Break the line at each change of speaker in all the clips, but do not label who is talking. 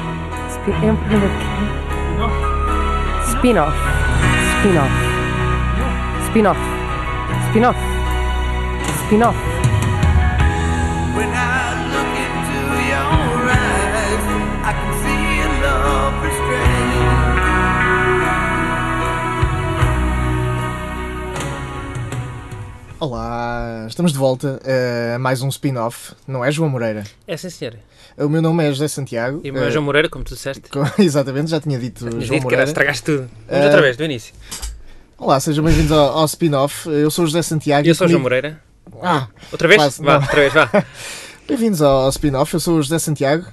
The Emperor of Spin-off. Spin-off. Spin-off. Spin-off. Spin-off.
When I look into your eyes, I can see a love restrained.
Olá, estamos de volta eh, a mais um spin-off, não é João Moreira?
É sim, senhora.
O meu nome é José Santiago.
E o meu é
eh,
João Moreira, como tu disseste.
co- exatamente, já tinha dito
Tinhas
João
dito que
Moreira.
era,
Eh,
estragaste tudo. Vamos outra vez, do início.
Olá, sejam bem-vindos ao, ao spin-off. Eu sou o José Santiago.
E eu sou o João
comigo-
Moreira.
Ah,
Outra vez?
Quase,
vá,
não.
outra vez, vá.
bem-vindos ao, ao spin-off. Eu sou o José Santiago,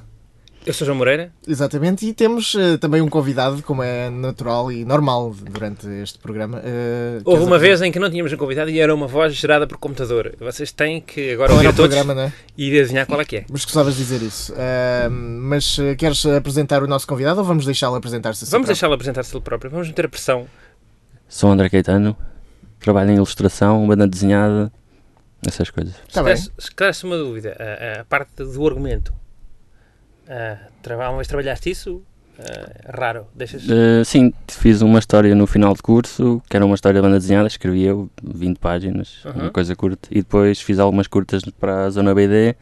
Eu sou o João Moreira.
exatamente, e temos eh, também um convidado, como é natural e normal durante este programa. eh, que
Houve
é
uma vez em que não tínhamos um convidado e era uma voz gerada por computador. Vocês têm que agora
Qual
ouvir
era
a
o
todos
programa, não é?
e adivinhar qual é que é.
Mas escusavas dizer isso. Eh, mas eh, queres apresentar o nosso convidado ou vamos deixá-lo apresentar-se assim?
Vamos
próprio?
deixá-lo apresentar-se ele próprio. Vamos meter a pressão.
Sou André Caetano, trabalho em ilustração, banda desenhada, essas coisas.
Tá bem.
Esclarece- Esclarece uma dúvida. A, a parte do argumento. Ah, traba- uma vez trabalhaste isso? Ah, raro. Deixas...
Eh, sim, fiz uma história no final de curso, que era uma história de banda desenhada, escrevi eu, 20 páginas,
Uhum.
uma coisa curta, e depois fiz algumas curtas para a Zona BD,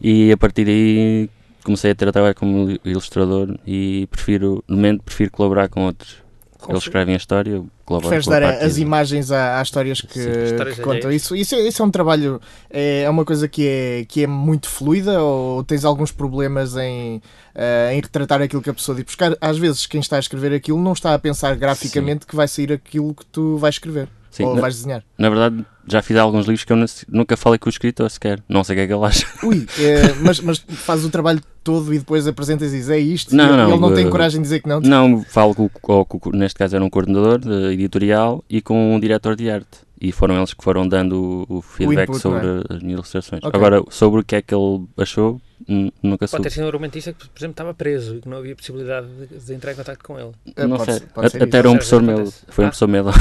e a partir daí comecei a ter trabalho como il- ilustrador e prefiro, no momento, prefiro colaborar com outros. Eles escrevem a história, eu colaboro
Preferes
com a
dar
parte
a- as
deles.
imagens a- às histórias que,
Sim,
histórias
que contam.
alheias.
Isso, isso, é- isso é um trabalho, é, é uma coisa que é, que é muito fluida ou tens alguns problemas em, eh, em retratar aquilo que a pessoa diz? Porque às vezes quem está a escrever aquilo não está a pensar graficamente que vai sair aquilo que tu vais escrever
Sim,
ou
na,
vais desenhar.
na verdade, já fiz alguns livros que eu nu- nunca falei com o escritor sequer, não sei o que é que ele acha.
Ui, eh, mas, mas fazes o trabalho todo e depois apresentas e dizes é isto
Não,
e ele-
não,
ele não tem
eh,
coragem de dizer que não.
Não, falo com, ou com- neste caso era um coordenador de editorial e com um diretor de arte. E foram eles que foram dando o, o feedback
input,
sobre as minhas ilustrações.
Ok.
Agora, sobre o que é que ele achou, n- nunca
Pode
soube.
ter sido um argumentista que, por exemplo, estava preso e que não havia possibilidade de, de entrar em contato com ele.
Eh,
Não
pode
sei.
ser- pode
A-
ser
Até
isso.
era um
Às vezes
professor meu.
acontece.
Foi um
Ah.
professor meu.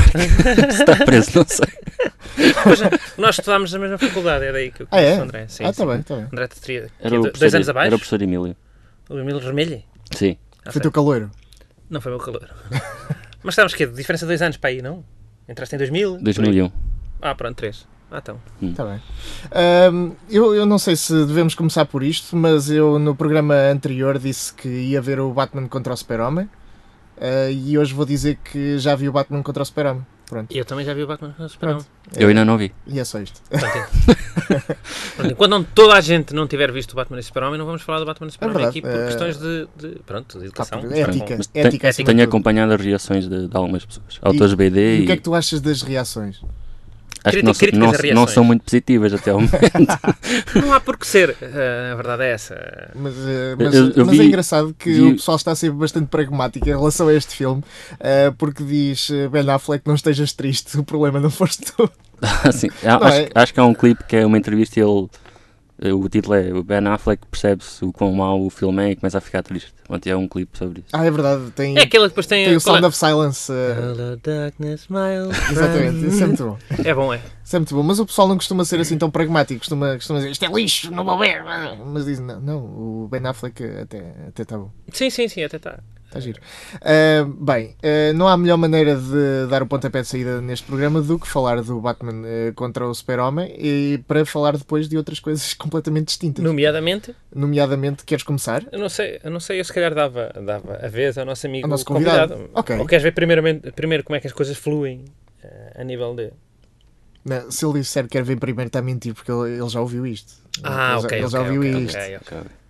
Se está preso, não sei.
Pois, é, nós estudámos na mesma faculdade, é daí que eu
Ah, é?
conheço o André. Sim,
Ah,
sim.
está bem, está bem.
Tá
André teria que é
Era o
do- dois
professor-
anos abaixo.
Era o professor Emílio.
O Emílio Remelho?
Sim.
Ah,
Foi
sei.
teu calor.
Não foi meu calor. Mas estávamos que diferença de dois anos para aí, não? Entraste em 2000?
2001.
Ah, pronto, três. Ah, então.
Tá bem. Ahm, eu, eu não sei se devemos começar por isto, mas eu no programa anterior disse que ia ver o Batman contra o Super-Homem ah, e hoje vou dizer que já vi o Batman contra o Super-Homem. Pronto,
E eu também já vi o Batman vs Superman.
Eu ainda não vi.
e é só isto.
Portanto, é- Pronto, enquanto não, toda a gente não tiver visto o Batman e Superman, não vamos falar do Batman e Superman
verdade,
aqui por
eh,
questões de, de- pronto, de
Tá,
educação.
ética,
Mas tem-
ética. acima de
Tenho
tudo.
acompanhado as reações de, de algumas pessoas. Autores
E
BD e,
o que é que tu achas das reações?
acho que não,
Críticas
não-
e reações.
não são muito positivas até ao momento.
Não há por que ser. Ah, a verdade é essa.
Mas, eh, mas-
Eu- eu
mas é
vi-
engraçado que
vi-
o pessoal está a ser bastante pragmático em relação a este filme, eh, porque diz eh, Ben Affleck, não estejas triste, o problema não foste tu.
Assim, há-
Não
acho,
é?
acho que há um clipe que é uma entrevista e ele. eh, O título é o Ben Affleck percebe-se o quão mau o filme é e começa a ficar triste. Ontem é um clipe sobre isso.
Ah, é verdade, tem,
É aquele que depois tem.
tem o
qual é?
Sound of Silence. eh,
Hello, darkness, my old
Ah.
friend.
Exatamente, isso é muito bom.
É bom, é.
Isso é muito bom, mas o pessoal não costuma ser assim tão pragmático, costuma, costuma dizer isto é lixo, não vou ver. Mas dizem, não, não, o Ben Affleck até está bom,
Sim, sim, sim, até tá. está.
está giro. Ah, bem, ah, não há melhor maneira de dar o pontapé de saída neste programa do que falar do Batman eh, contra o Super-Homem e para falar depois de outras coisas completamente distintas.
Nomeadamente,
Nomeadamente, queres começar?
eu não sei, eu, não sei, eu se calhar dava, dava a vez ao nosso amigo
Ao nosso
convidado.
convidado. Ok.
Ou queres ver primeiramente, primeiro como é que as coisas fluem eh, a nível de.
Não, se ele disser que quer ver primeiro, está a mentir, porque ele, ele já ouviu isto.
Ah,
ele, já-
ok.
ele já
ok,
ouviu
ok,
isto.
ok, ok.
E-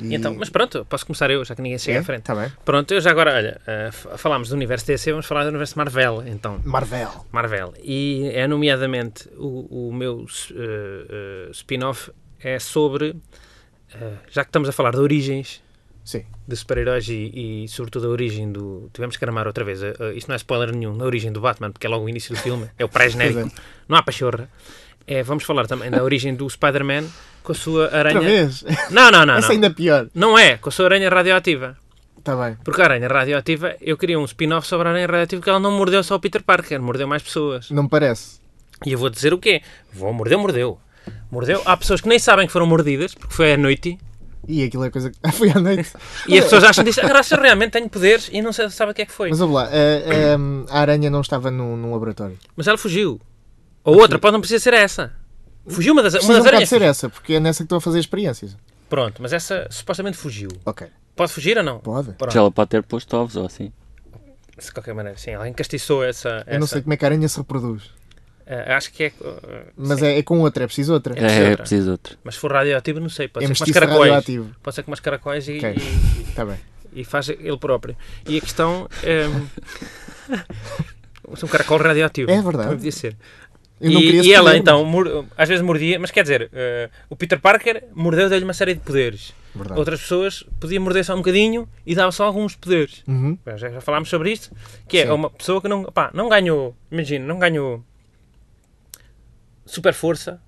E Então, mas pronto, posso começar eu, já que ninguém chega
é?
à frente.
Tá bem.
Pronto, eu já agora, olha, eh, f- falámos do universo DC, vamos falar do universo Marvel, então.
Marvel.
Marvel. E é nomeadamente o, o meu eh, eh, spin-off é sobre. eh, já que estamos a falar de origens,
Sim.
de super-heróis e, e, sobretudo a origem do. Tivemos que gramar outra vez, eh, eh, isto não é spoiler nenhum, na origem do Batman, porque é logo o início do filme, é o pré-genérico, não há pachorra. É, vamos falar também da origem do Spider-Man com a sua
Outra
aranha.
vez?
Não, não, Ah, não,
Essa
não.
ainda é pior.
Não é, com a sua aranha radioativa.
Está bem.
Porque a aranha radioativa, eu queria um spin-off sobre a aranha radioativa que ela não mordeu só o Peter Parker, mordeu mais pessoas.
Não me parece.
E eu vou dizer o quê? Vou, mordeu, mordeu. Mordeu. Há pessoas que nem sabem que foram mordidas, porque foi à noite.
E aquilo é coisa que. Ah, foi à noite.
E as pessoas acham disso, ah, graças realmente tenho poderes e não sa- sabe o que é que foi.
Mas vamos lá, a, a- a aranha não estava num, num laboratório.
Mas ela fugiu. Ou outra, pode não precisar ser essa. Fugiu uma das, uma
Precisa um
das
bocado
aranhas.
ser essa, porque é nessa que estão a fazer experiências.
Pronto, mas essa supostamente fugiu.
Ok,
Pode fugir ou não?
pode.
Pronto.
Já ela pode ter posto ovos ou assim.
De qualquer maneira, sim, alguém castiçou essa.
Eu não
essa.
sei como é que a aranha se reproduz.
Eh, acho que é. eh,
Mas
sim.
é, é com outra, é preciso outra.
É
É,
outra.
é preciso outro.
Mas se for radioativo, não sei. Pode
É
ser com umas
mestiço
caracóis.
radioativo.
Pode ser com umas caracóis e,
Ok.
e-
Está Tá bem.
e faz ele próprio. E a questão. É, um caracol radioativo.
É verdade.
Também podia ser.
Eu não
e
queria
e ela
saber.
então, mor- às vezes mordia, mas quer dizer, eh, o Peter Parker mordeu dele uma série de poderes.
Verdade.
Outras pessoas podiam morder só um bocadinho e dava só alguns poderes.
Uhum.
Bem, Já, já falámos sobre isto, que é
Sim.
uma pessoa que não, pá, não ganhou, imagina, não ganhou super força,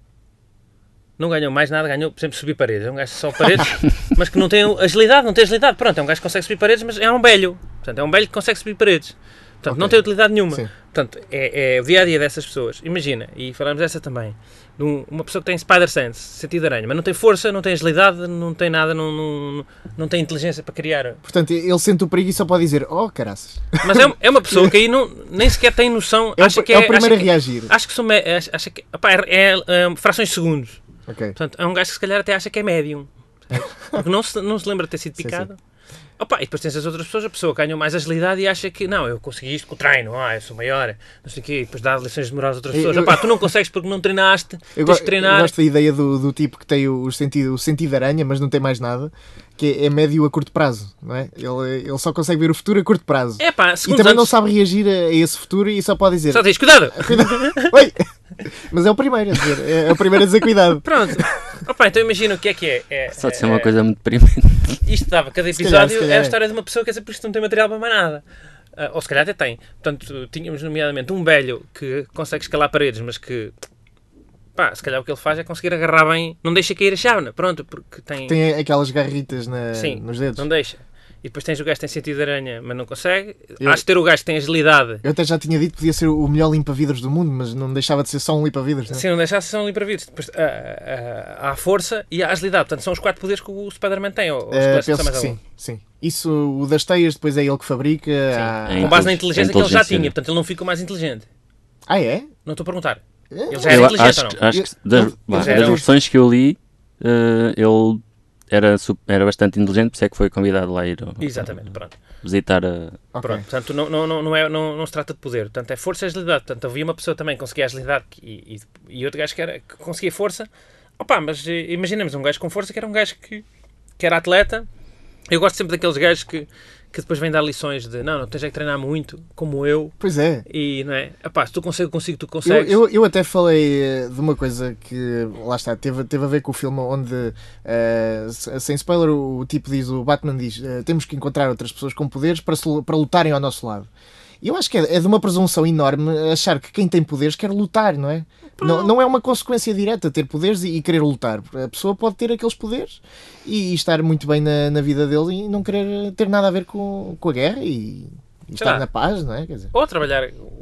não ganhou mais nada, ganhou, por exemplo, subir paredes. É um gajo só paredes, mas que não tem agilidade, não tem agilidade. Pronto, é um gajo que consegue subir paredes, mas é um velho. Portanto, é um velho que consegue subir paredes. Portanto, não
Ok.
tem utilidade nenhuma.
Sim.
Portanto, é, é o dia a dia dessas pessoas. Imagina, e falamos dessa também, de um- uma pessoa que tem Spider-Sense, sentido de aranha, mas não tem força, não tem agilidade, não tem nada, não, não, não tem inteligência para criar
Portanto, ele sente o perigo e só pode dizer, oh caraças.
Mas é, é uma pessoa que aí não, nem sequer tem noção.
É,
acha
o,
que
é o primeiro a
acha que-
reagir.
Acho que, sou me- acha- acha que opá, é, é, é, frações de segundos.
Ok.
Portanto, é um gajo que se calhar até acha que é médium. sabes? Porque não se, não se lembra de ter sido
Sim,
picado. Opá, e depois tens as outras pessoas, a pessoa ganha mais agilidade e acha que não, eu consegui isto com o treino, ah, eu sou maior, não sei o quê, e depois dá lições de moral às outras
Eu-
pessoas.
eu-
Opá, tu não consegues porque não treinaste,
Eu, go-
tens que
eu
treinar.
gosto da ideia do, do tipo que tem o, o sentido, o sentido de aranha, mas não tem mais nada, que é, é médio a curto prazo, não é? Ele, ele só consegue ver o futuro a curto prazo.
É pá,
e
segundos
também não
antes,
sabe reagir a, a esse futuro e só pode dizer.
só diz, cuidado!
Oi! Mas é o primeiro a dizer, é, é o primeiro a dizer cuidado.
Pronto. Opá, então imagina o que é que é. é
Só de ser
é-
uma coisa muito deprimente.
isto dava cada
Se calhar,
episódio
se calhar
era a
é.
história de uma pessoa que por isto não tem material para mais nada. Ah, ou se calhar até tem. Portanto, tínhamos nomeadamente um velho que consegue escalar paredes, mas que pá, se calhar o que ele faz é conseguir agarrar bem, não deixa cair a chávena, pronto, porque tem,
Tem aquelas garritas na-
Sim,
nos dedos.
não deixa. E depois tens o gajo que tem sentido de aranha, mas não consegue.
Eu-
Acho que ter o gajo que tem agilidade.
Eu até já tinha dito que podia ser o melhor limpa-vidros do mundo, mas não deixava de ser só um limpa-vidros. não é?
Se não deixasse, são ali para vir. Depois, ah, ah, há a força e há a agilidade. Portanto, são os quatro poderes que o é Spider-Man tem. Ou, ou
Eh,
esclarece-se
penso
mais
que
algum?
sim, sim. Isso, o das teias, depois é ele que fabrica. há-
É
Com base na
A
inteligência que ele já
inteligência,
tinha.
né?
Portanto, ele não fica mais inteligente.
Ah, é?
Não estou a perguntar. Ele já era
Eu
inteligente
acho,
ou não?
que- Ah. acho que das,
Eu-
vá,
eu-
das versões que eu li, eh, ele era, su- era bastante inteligente, por isso é que foi convidado lá a ir ao-
Exatamente, pronto.
visitar a.
Ok.
pronto. Portanto, não, não, não, não é, não, não se trata de poder, portanto, é força e agilidade. Portanto, havia uma pessoa também que conseguia agilidade que- e, e, e outro gajo que, era, que conseguia força. Opa, mas eh, imaginemos um gajo com força que era um gajo que, que era atleta. Eu gosto sempre daqueles gajos que, que depois vêm dar lições de não, não tens é que treinar muito, como eu.
Pois é.
E não é? Opá, se tu consegues, eu consigo, tu
Eu,
consegues.
eu, eu até falei eh, de uma coisa que, lá está, teve, teve a ver com o filme onde, eh, se- sem spoiler, o, o tipo diz, o Batman diz, eh, temos que encontrar outras pessoas com poderes para, se lu- para lutarem ao nosso lado. E eu acho que é, é de uma presunção enorme achar que quem tem poderes quer lutar, não é? Não, não é uma consequência direta ter poderes e, e querer lutar. A pessoa pode ter aqueles poderes e, estar muito bem na, na vida dele e não querer ter nada a ver com, com a guerra e, e estar
lá.
na paz, não é? Quer dizer,
Ou trabalhar. o-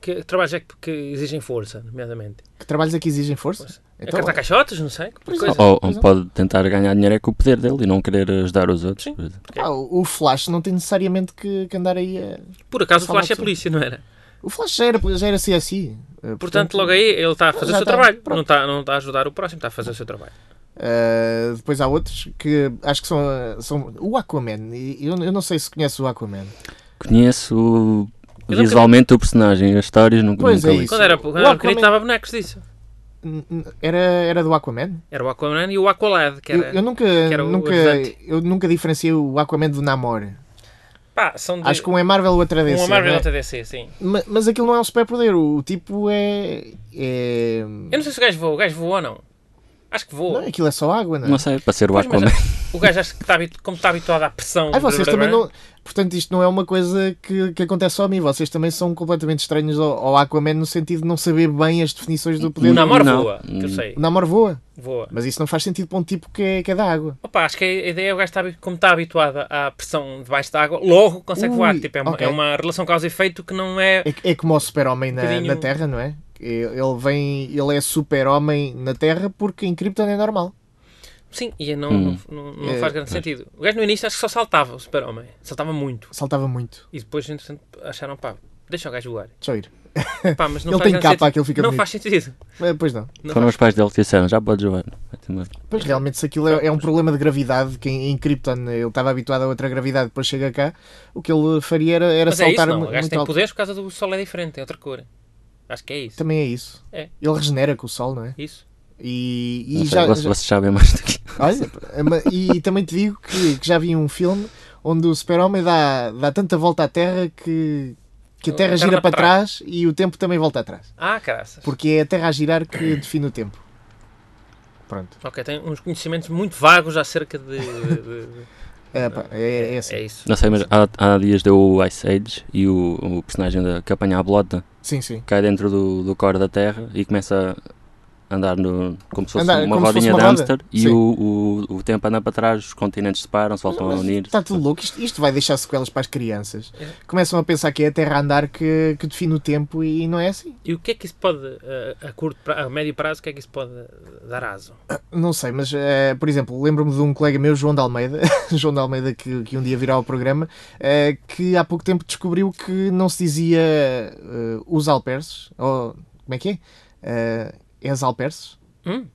Que trabalhos é que, que exigem força, nomeadamente?
que trabalhos é que exigem força?
é cartar caixotes, não sei? que
Então, Pois é.
coisa. assim. Uhum.
Ou,
pois
ou
não.
pode tentar ganhar dinheiro é com o poder dele e não querer ajudar os outros.
Sim.
por exemplo.
Ok.
Ah, o o Flash não tem necessariamente que, que andar aí a...
Por acaso o
Fala
Flash é
tu.
polícia, não era?
O Flash já era, já era CSI. eh,
Portanto, logo aí ele está a fazer o
já
seu
está,
trabalho.
pronto.
Não está, não está a ajudar o próximo, está a fazer o seu trabalho.
eh, depois há outros que acho que são, eh, são o Aquaman. e Eu, eu não sei se conhece o Aquaman.
Conheço
nunca-
visualmente o personagem, as histórias nunca,
Pois
nunca
é
li.
isso.
Quando era,
o
quando era
Aquaman-
pequenito dava bonecos disso.
N- n- Era, era do Aquaman?
Era o Aquaman e o Aqualad, que
Eu,
era...
eu nunca,
era o
nunca,
ajudante.
eu nunca diferenciei o Aquaman do Namor.
Pá, são de...
Acho que um é Marvel, o outro é DC.
uma Marvel
não é?
da DC, sim.
Ma- Mas aquilo não é um super poder. O tipo é. é...
Eu não sei se o gajo voa, o gajo voa ou não. Acho que voa.
Não, aquilo é só água, não é?
Não sei, para ser o
Pois, mas
Aquaman.
o gajo acho que está habitu... como está habituado à pressão...
Ah, vocês
blá, blá,
também
blá,
não. Portanto, isto não é uma coisa que, que acontece só a mim. Vocês também são completamente estranhos ao, ao Aquaman no sentido de não saber bem as definições do poder.
O Namor
Não. Hum.
voa, que eu sei.
O Namor voa,
Voa.
mas isso não faz sentido para um tipo que é, que é da água.
Opa, acho que a ideia é o gajo está, habi- como está habituado à pressão debaixo da água, logo consegue
Ui,
voar. Tipo, é, uma,
ok.
é uma relação causa e efeito que não é...
É, que- é como o super-homem na,
bocadinho-
na Terra, não é? Ele vem, ele é super-homem na Terra porque em Krypton é normal.
Sim, e não,
Hum.
não, não- não
É,
faz grande sentido. O gajo no início acho que só saltava o super-homem. Saltava muito.
Saltava muito.
E depois, entretanto, acharam, pá, deixa o gajo voar.
Deixa eu ir.
Pá, mas não
Ele tem
faz grande
capa,
sentido.
aquilo fica
Não
bonito.
faz sentido.
Eh, Pois não.
Não
Foram
faz-
os pais dele que disseram, já podes jogar. Vai ter uma-
Pois realmente, se aquilo é, é um problema de gravidade, que em, em Krypton ele estava habituado a outra gravidade, depois chega cá, o que ele faria era, era
Mas é isso,
saltar mu-
não. O gajo
muito
tem
alto.
poderes por causa do sol é diferente, tem outra cor. Acho que é isso.
Também é isso.
É.
Ele regenera com o sol, não é?
Isso.
E, e
Não sei,
já,
vocês,
já-
vocês sabem mais do que
olha, ma- e, e também te digo que, que já vi um filme onde o super-homem dá, dá tanta volta à Terra que, que a Terra
A Terra
gira para
para
trás. e o tempo também volta atrás.
Ah, caraças.
Porque é a Terra a girar que define o tempo. Pronto.
Ok, tem uns conhecimentos muito vagos acerca de. de- de-
É, pá, é, é assim.
É isso.
Não sei, mas há, há dias deu o Ice Age e o, o personagem da, que apanha a bolota
Sim, sim.
cai dentro do, do core da terra e começa a andar no, como se fosse
Andar-
uma
como se fosse
rodinha
uma
de
roda.
hamster e
Sim.
o, o, o tempo anda para trás, os continentes separam-se, voltam a unir.
Está tudo louco. Isto, isto vai deixar sequelas para as crianças.
É.
Começam a pensar que é a Terra a andar que, que define o tempo e não é assim.
E o que é que isso pode, eh, a, curto, pra- a médio prazo, o que é que isso pode eh, dar aso?
Não sei, mas, eh, por exemplo, lembro-me de um colega meu, João de Almeida, João de Almeida que, que um dia virá ao programa, eh, que há pouco tempo descobriu que não se dizia eh, os alperces, ou como é que é? Eh, és alperces?
Hum?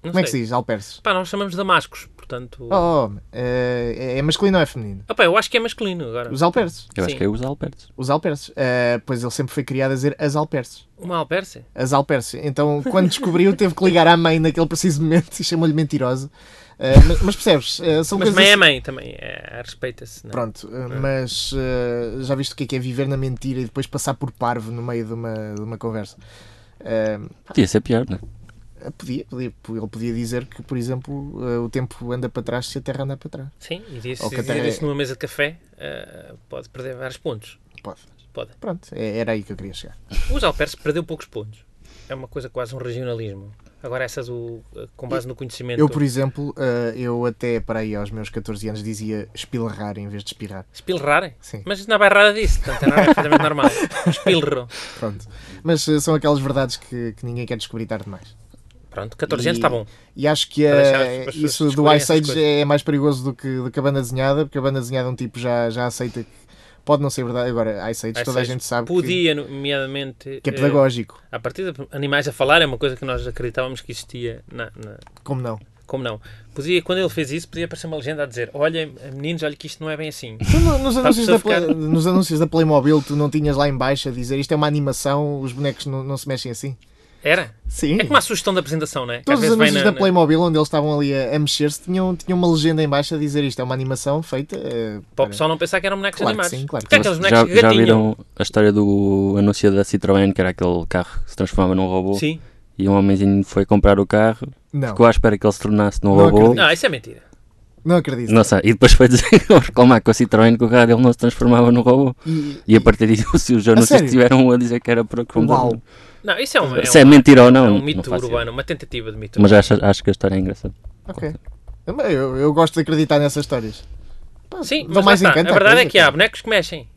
Não
Como é que se
sei.
diz alperces?
Pá, nós chamamos de damascos, portanto.
Oh, oh, eh, é masculino ou é feminino?
Opa, eu acho que é masculino agora.
Os alperces,
Eu acho
Sim.
que é os Alberts.
os alperces. Eh, pois ele sempre foi criado a dizer as alperces.
Uma alperce?
as alperces. Então, quando descobriu, teve que ligar à mãe naquele preciso momento e chamou-lhe mentirosa. Eh, mas, mas percebes? eh, são
Mas
coisas.
mãe é mãe também, é, respeita-se. não é?
Pronto, eh, mas eh, já viste o que é, que é viver na mentira e depois passar por parvo no meio de uma, de uma conversa? Eh,
Podia ser pior, não é?
podia, podia, ele podia dizer que, por exemplo, eh, o tempo anda para trás se a terra anda para trás.
Sim, e disse,
Ou que até-
dizer isso numa mesa de café eh, pode perder vários pontos.
Pode.
Pode.
Pronto, é- era aí que eu queria chegar.
Os Alperces perdeu poucos pontos. É uma coisa quase um regionalismo. Agora essas o, eh, com base no conhecimento.
Eu, por exemplo, eh, eu até para aí aos meus 14 anos dizia espilrar em vez de espirrar.
Espilrarem?
Sim.
Mas isso não é bairrada disso, portanto é nada perfeitamente normal. Espilro.
Pronto. Mas eh, são aquelas verdades que, que ninguém quer descobrir tarde demais.
Pronto, 14 anos
E-
está bom.
E acho que
Para
eh,
deixar as pessoas
isso do
descobrirem
Ice
essas
Age é mais perigoso do que, do que a banda desenhada, porque a banda desenhada um tipo já, já aceita que pode não ser verdade. Agora, Ice Age,
Ice
toda a
Age
gente sabe que-
Podia, nomeadamente.
que, é pedagógico.
eh, a partir de animais a falar é uma coisa que nós acreditávamos que existia na- na,
Como não?
Como não? Podia, quando ele fez isso, podia aparecer uma legenda a dizer: Olhem, meninos, olha que isto não é bem assim.
Tu no- nos, anúncios da,
pessoa ficar-
Play- nos anúncios da Playmobil, tu não tinhas lá em baixo a dizer isto é uma animação, os bonecos não, não se mexem assim?
Era?
Sim.
É como a sugestão da apresentação, não é? Que às
Hum. Todos os
vezes vem
anúncios
na-
da
na-
Playmobil, onde eles estavam ali a, a mexer-se, tinham, tinham uma legenda em baixo a dizer isto é uma animação feita. eh,
Para o
para-
pessoal não pensar que eram bonecos
Claro que
animados.
sim, claro que
Porque
sim.
aqueles bonecos
Já,
que
já
gatinham.
viram a história do anúncio da Citroën, que era aquele carro que se transformava num robô?
Sim.
E um homenzinho foi comprar o carro,
Não,
ficou à espera que ele se tornasse num
Não
robô.
acredito.
Não, isso é mentira.
não acredito.
Não sei, e depois foi dizer, reclamar com a Citroën que o carro dele não se transformava num robô.
E-
E a partir disso, se os anúncios
sério?
estiveram a dizer que era para
Uau.
computador.
Não, isso é um, é
Se é
um,
mentira ou não,
é um
não
mito
faço ideia.
urbano, uma tentativa de mito
Mas acho, acho que a história é engraçada.
Ok. Eu, eu gosto de acreditar nessas histórias. Pá,
Sim,
dá
mas mais
mais
está, a
encanto à
verdade é
coisa,
que há
cara.
bonecos que mexem.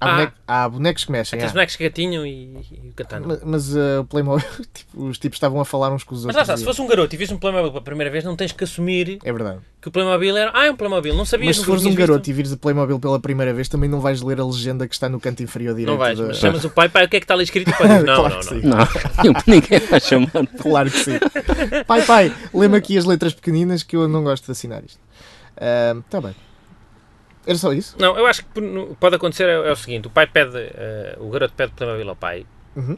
É. Há,
Ah.
boneco- há bonecos que mexem.
Aqueles
há.
bonecos que gatinham e, e o catano.
Ma- Mas eh, o Playmobil, tipo, os tipos estavam a falar uns com os
Mas
outros.
lá está, se
e-
fosse um garoto e visse um Playmobil pela primeira vez, não tens que assumir
É verdade.
que o Playmobil era. Ah, é um Playmobil, não sabias
Mas se
nunca
fores um
tinhas visto.
garoto e vires o Playmobil pela primeira vez, também não vais ler a legenda que está no canto inferior direito.
Não vais,
da-
mas chamas o pai, pai, o que é que está ali escrito? E o pai diz, Não,
Claro
não,
que
não.
sim.
Não, ninguém vai chamar.
Claro que sim. pai, pai, lê-me aqui as letras pequeninas que eu não gosto de assinar isto. Está bem. Era só isso?
Não, eu acho que por- no- pode acontecer é, é o seguinte: o pai pede, eh, o garoto pede Playmobil ao pai,
Uhum.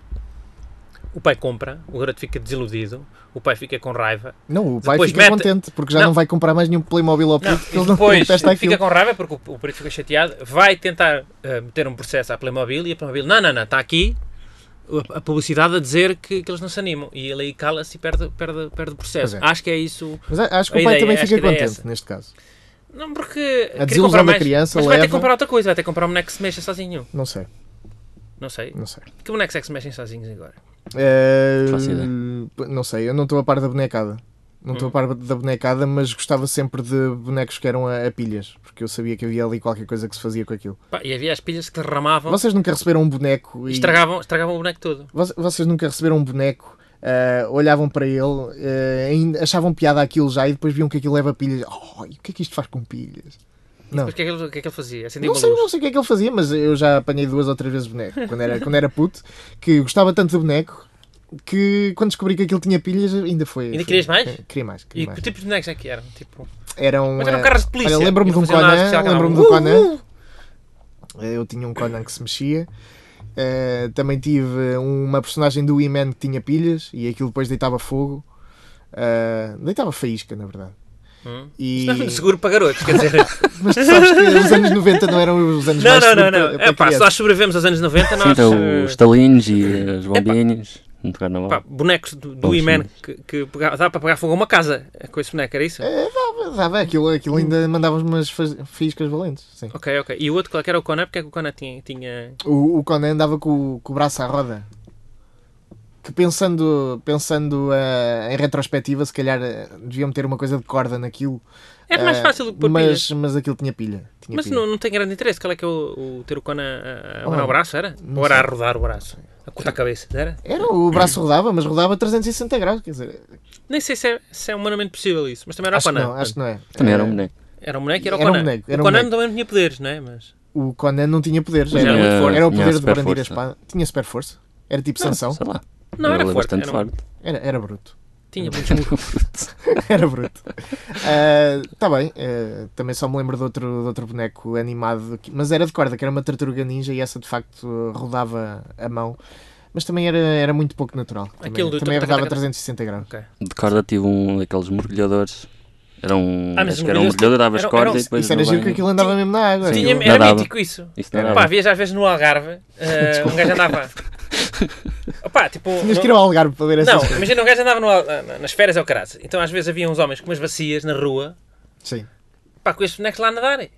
o pai compra, o garoto fica desiludido, o pai fica com raiva,
Não, o pai
Depois
fica
mete-
contente porque já não.
Não.
vai comprar mais nenhum Playmobil ao
não,
puto porque
e
ele não
depois
contesta aquilo.
fica com raiva porque o, o preto fica chateado, vai tentar eh, meter um processo à Playmobil e a Playmobil, não, não, não, está aqui a, a publicidade a dizer que, que eles não se animam e ele aí cala-se e perde, perde, perde o processo.
Pois é.
Acho que é isso.
Mas a- acho que
A
o pai
ideia-
também
acho
fica
que a ideia é
contente
essa.
neste caso.
Não, porque.
A
queria
desilusão
comprar
da
mais,
criança
mas vai ter que
leva-
comprar outra coisa, vai ter que comprar um boneco que se mexa sozinho.
Não sei,
Não sei.
não sei.
Que bonecos é que se mexem sozinhos agora?
Eh,
Faço ideia.
não sei, eu não estou a par da bonecada. Não
Hum.
estou a par da bonecada, mas gostava sempre de bonecos que eram a, a pilhas, porque eu sabia que havia ali qualquer coisa que se fazia com aquilo.
Pá, e havia as pilhas que derramavam.
Vocês nunca receberam um boneco e
Estragavam, estragavam o boneco todo.
Vo- Vocês nunca receberam um boneco eh, olhavam para ele, eh, ainda achavam piada aquilo já e depois viam que aquilo leva pilhas. Oh, e o que é que isto faz com pilhas? Não.
Mas o que, é que ele, o que é que ele fazia? Acendia
Não
uma
sei,
luz.
não sei o que é que ele fazia, mas eu já apanhei duas ou três vezes boneco quando era, quando era puto, que gostava tanto do boneco que quando descobri que aquilo tinha pilhas ainda foi.
Ainda
foi-
querias mais?
Queria mais, queria
E
mais.
que tipo de bonecos é que eram? Tipo,
Eram,
mas eram
eh,
carros de polícia.
Olha, lembro-me
E
de
não
um
faziam nada
Conan,
especial, Uh,
lembro-me
não.
do Conan. Eh, Eu tinha um Conan que se mexia. Eh, também tive uma personagem do He-Man que tinha pilhas e aquilo depois deitava fogo. Eh, deitava faísca, na verdade.
Hum.
E...
Isto não é muito seguro para garotos, quer dizer.
Mas tu sabes que os anos 90 não eram os anos
não,
mais
não, não,
seguros
não.
para- para
É, pá, se
crianças.
nós sobrevivemos aos anos 90,
Sim,
nós.
então
eh,
os talinhos e as bombinhas. Não tocar na
pá,
bola.
bonecos do, do
Bom,
He-Man
sim.
que, que pegava- dava para pegar fogo a uma casa com esse boneco, era isso?
É. Dava ah, aquilo, aquilo ainda mandava umas faz- faíscas valentes. Sim.
Ok, ok. E o outro, qual que era o Conan? Porque é que o Conan tinha. tinha...
O, o Conan andava com, o- com o braço à roda. Que pensando, pensando eh, em retrospectiva, se calhar eh, deviam ter uma coisa de corda naquilo.
Era É mais
Eh,
fácil do que pôr
mas,
pilhas.
mas aquilo tinha pilha. Tinha
Mas
pilha.
não, não tem grande interesse. Qual é que é o, o ter o Conan a, a
Olha,
abanar o braço, era?
não
Ou era a
sei.
rodar o braço? A cortar a cabeça, era?
Era, o braço rodava, mas rodava 360 graus. Quer dizer,
Nem sei se é, se é humanamente possível isso, mas também era
acho,
o
que
Conan.
não, acho que não é.
Também era
Eh,
um boneco.
Era o boneco e era o
Era um
Conan.
boneco, era
o
um
Conan
boneco.
também não tinha poderes, não é? Mas...
O Conan não tinha poderes.
Mas
Era, um-
era muito forte.
era o
Tinha
poder de
super
brandir a
força.
espada. Tinha super força. Era tipo
Não,
Sansão.
Sei lá.
Não, era
Ele é
forte.
bastante
era um-
forte.
Era, era bruto.
Tinha muitos músculos.
Era bruto. Está bem. ah, também só me lembro de outro, de outro boneco animado, que- mas era de corda, que era uma tartaruga ninja e essa de facto rodava a mão. Mas também era, era muito pouco natural. Também,
Aquilo do
também
tac, tac,
rodava
tac, tac.
360 graus.
De corda tive um daqueles mergulhadores. Era um.
Ah, mas
acho que era um
mergulhadores-
mergulhador, dava as
era-
cordas
era um-
e depois.
Isso era
no
giro que
banho-
aquilo andava mesmo na água.
Tinha,
aquilo-
era
nadava.
mítico isso.
Isso não era.
Pá, vias às vezes no Algarve, eh, um gajo andava. Opá, tipo.
Tinhas
no-
que ir ao Algarve para ver essas
Não,
coisas.
imagina, um gajo andava no Al- na- nas férias ao caralho. Então às vezes havia uns homens com umas bacias na rua,
Sim.
pá, com estes bonecos lá a nadarem.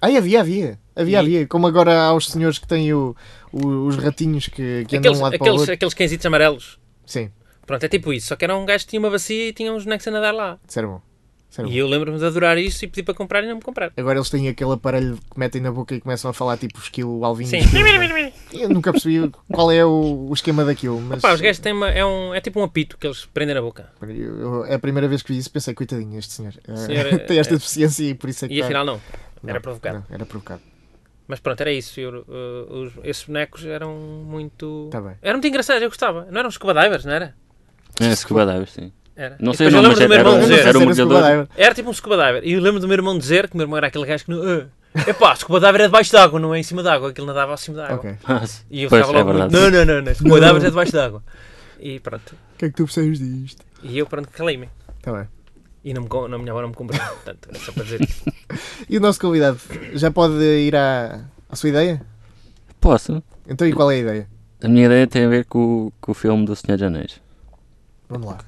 Ai, havia, havia. Havia,
E-
havia. Como agora há os senhores que têm o, o- os ratinhos que, que andam de
Aqueles,
um lado para o
aqueles,
outro.
aqueles cãezitos amarelos.
Sim,
Pronto, é tipo isso. Só que era um gajo que tinha uma bacia e tinha uns bonecos a nadar lá.
isso era bom. Isso era um bom.
E eu lembro-me de adorar isso e pedi para comprar e não me comprar.
Agora eles têm aquele aparelho que metem na boca e começam a falar tipo esquilo, alvinho.
Sim.
esquilo, não é? Eu nunca percebi qual é o, o esquema daquilo, mas
Pá, os gajos têm uma. É, um, é tipo um apito que eles prendem na boca.
eu- eu- é a primeira vez que vi isso pensei, coitadinho, este senhor, eh,
Senhor,
tem esta
eh,
deficiência e por isso é que
E
está-
afinal não. Era
Não,
provocado.
não, era provocado.
Mas pronto, era isso. eu, uh, os- esses bonecos eram muito.
Tá bem.
Eram muito engraçados, eu gostava. Não eram scuba divers, não era?
É, scuba divers, sim.
Era.
Não
E
sei o
depois eu
nome, mas
lembro do meu irmão
era, era,
dizer.
era um
Era scuba
mergulhador.
diver.
Era tipo um scuba diver. E eu lembro do meu irmão dizer que o meu irmão era aquele gajo que. não- "Ah, Epá, scuba diver é debaixo d'água, não é em cima d'água. Aquilo nadava acima d'água.
Ok.
Ah, sim.
E eu
Pois,
ficava
é
logo muito,
verdade.
Não, não, não, não. Scuba divers é debaixo d'água. E pronto.
O que é que tu percebes disto?
E eu, pronto, calei-me.
Tá bem.
E não me, co- não, minha avó não me comprou. Portanto, era só para dizer isso.
E o nosso convidado já pode ir à, à sua ideia?
Posso?
Então, e qual é a ideia?
A minha ideia tem a ver com, o- com o filme do Senhor dos Anéis.
Vamos lá.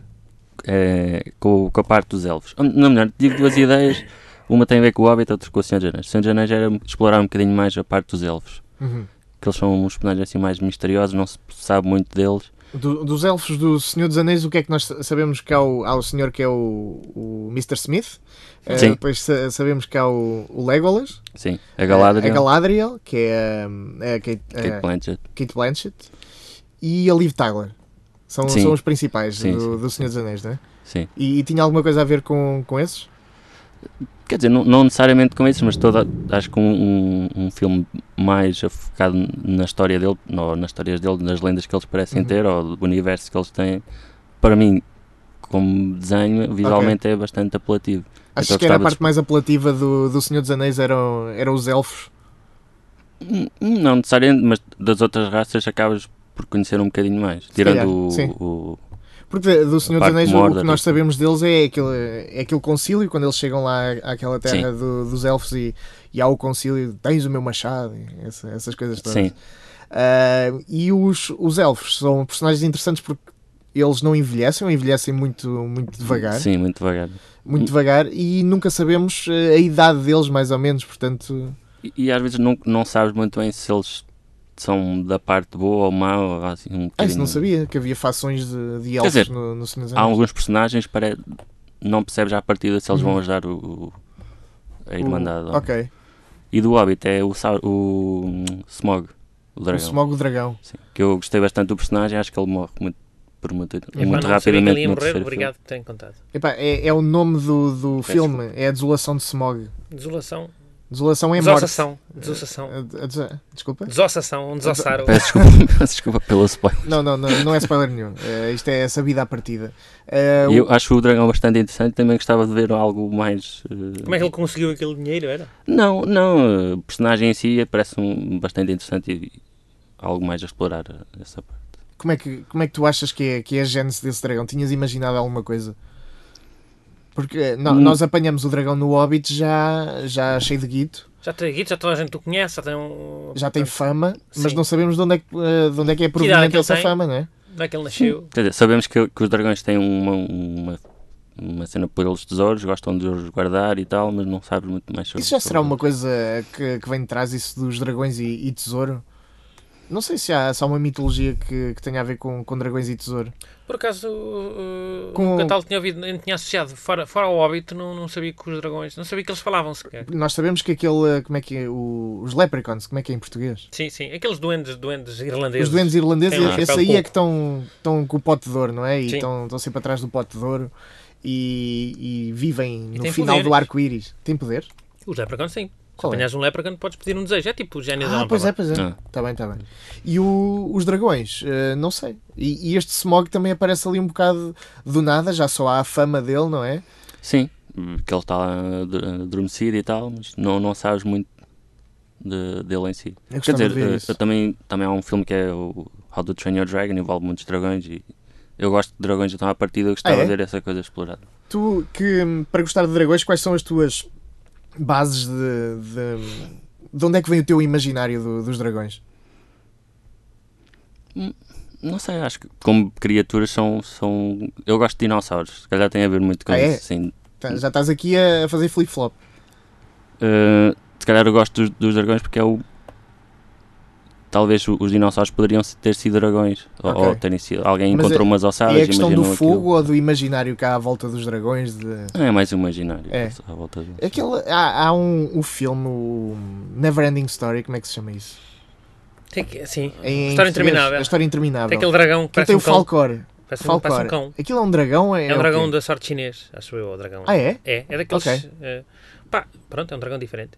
É, com, com a parte dos elfos. Ou, Não, melhor, tive duas ideias. Uma tem a ver com o Hobbit, outra com o Senhor dos Anéis. O Senhor dos Anéis era explorar um bocadinho mais a parte dos elfos.
Uhum.
Que eles são uns personagens assim mais misteriosos, não se sabe muito deles.
Do- dos elfos do Senhor dos Anéis, o que é que nós sabemos que há o, há o senhor que é o, o Mr. Smith? Eh,
Sim.
depois sa- sabemos que há o, o Legolas.
Sim, a Galadriel,
A Galadriel, que é hum, a Kate,
Kate
a
Blanchett.
Kate Blanchett. E a Liv Tyler. São,
Sim.
são os principais
Sim,
do,
sim,
do Senhor dos Anéis, não é?
Sim.
E, e tinha alguma coisa a ver com, com esses?
Quer dizer, não, não necessariamente com isso, mas toda, acho que um, um, um filme mais focado na história dele, ou nas histórias dele, nas lendas que eles parecem
Uhum.
ter, ou do universo que eles têm, para mim, como desenho, visualmente é bastante apelativo.
Achas
Então
que era a é
gostava de-
parte mais apelativa do, do Senhor dos Anéis eram, eram os elfos?
Hum, hum, Não necessariamente, mas das outras raças acabas por conhecer um bocadinho mais.
calhar,
Tirando o,
sim.
o-
Porque do Senhor dos
parte
Anéis o
Mordor,
que nós
tipo.
sabemos deles é aquele, é aquele concílio, quando eles chegam lá à- àquela terra do- dos elfos e, e há o concílio, tens o meu machado, e essa- essas coisas todas.
Sim,
Ah, e os, os elfos são personagens interessantes porque eles não envelhecem, ou envelhecem muito, muito devagar.
sim, muito devagar.
muito devagar e nunca sabemos eh, a idade deles, mais ou menos, portanto.
E, e às vezes não, não sabes muito bem se eles são da parte boa ou má, ou assim, um
Ah, isso não
bocadinho-
sabia, que havia fações de, de elfos
dizer,
no, no Senhor dos
há um
Anéis.
alguns personagens para não percebes à partida se eles
Uhum.
vão ajudar o, o- a Irmandade.
O- Ok,
E do Hobbit é o, Sau- o hum, Smog, o
o
dragão.
Smog o Dragão.
Sim, que eu gostei bastante do personagem, acho que ele morre muito por muito,
Epá,
muito
não, sabia que ele
rapidamente
ia
no
morrer,
terceiro
obrigado por terem contado.
Epá, é, é o nome do, do
Peço
filme, é a desolação de smog.
Desolação,
Desolação é morte. É.
desossação, desossação,
A- a des- Desculpa?
desossação, onde desossar o...
filme. Peço desculpa, peço desculpa pelo spoiler.
Não, não, não, não é spoiler nenhum. Eh, isto é sabida à partida. Eh,
Eu acho o dragão bastante interessante, também gostava de ver algo mais. eh,
Como é que ele conseguiu aquele dinheiro, era?
Não, não, eh, o personagem em si parece um bastante interessante e algo mais a explorar eh, essa parte.
como, é que, como é que tu achas que é, que é a gênese desse dragão? Tinhas imaginado alguma coisa? Porque eh, nó-
Hum.
nós apanhamos o dragão no Hobbit já, já cheio de guito,
Já tem guito, já toda a gente o conhece, já tem um...
já tem fama, mas
Sim.
não sabemos de onde é que, eh, de onde é, que é
idade
proveniente
que ele
essa
tem?
fama, não é?
Onde é que ele nasceu?
Quer dizer, sabemos que, que os dragões têm uma, uma, uma cena por eles tesouros, gostam de os guardar e tal, mas não sabes muito mais sobre
Isso já
sobre
será uma
eles.
coisa que, que vem de trás, isso dos dragões e, e tesouro? Não sei se há, se há uma mitologia que, que tenha a ver com, com dragões e tesouro.
Por acaso, uh,
Com-
o Catal tinha ouvido, tinha associado, fora, fora o Hobbit, não, não sabia que os dragões, não sabia que eles falavam sequer.
Nós sabemos que aquele, como é que é, o- os leprechauns, como é que é em português?
Sim, sim, aqueles duendes, duendes
Os
irlandeses.
doentes irlandeses,
Tem lá,
esse
um chapéu
aí
de
é que estão, estão com o pote de ouro, não é? E
Sim.
estão, estão sempre atrás do pote de ouro e, e vivem
E
no
têm
final do
poderes.
arco-íris. Tem poder?
Os leprechauns, sim. Se
Qual é?
apanhas um leprechaun, podes pedir um desejo. É tipo o gênio da
Ah,
lâmpada.
pois é, pois é.
Ah.
Está bem, está bem. E o- os dragões? eh, não sei. E, e este smog também aparece ali um bocado do nada, já só há a fama dele, não é?
Sim, que ele está ad- adormecido e tal, mas não, não sabes muito de- dele em si.
Eu
Quer
gostava
dizer,
de ver
eh,
isso.
também, também há um filme que é o How to Train Your Dragon, envolve muitos dragões e eu gosto de dragões, então à partida eu gostava
Ah, é?
de ver essa coisa explorada.
Tu, que hum, para gostar de dragões, quais são as tuas bases de. de, de onde é que vem o teu imaginário do- dos dragões?
Não sei, acho que como criaturas são. são eu gosto de dinossauros, se calhar tem a ver muito com
Ah, é?
isso. Sim.
Tá- Já estás aqui a, a fazer flip-flop.
Eh, se calhar eu gosto dos, dos dragões porque é o. Talvez o- os dinossauros poderiam ter sido dragões. ou-
Ok.
Ou, terem sido. Alguém
Mas
encontrou umas ossadas
é a questão do
Ah, imaginou aquilo.
fogo ou do imaginário que há à volta dos dragões? De...
É mais imaginário.
É.
À volta do-
Aquele, há, há um, um filme, o Neverending Story, como é que se chama isso?
Tem que- sim.
Em português,
História Interminável.
A história interminável.
Tem aquele dragão que
Que
parece
É tem
um,
o
cão,
Falcor.
parece, um,
Falcor.
parece um cão.
Aquilo é um dragão? É,
É um
o
dragão
quê?
da sorte chinês, acho eu, o dragão.
Ah, é?
É, é daqueles...
Ok.
eh, pá, pronto, é um dragão diferente.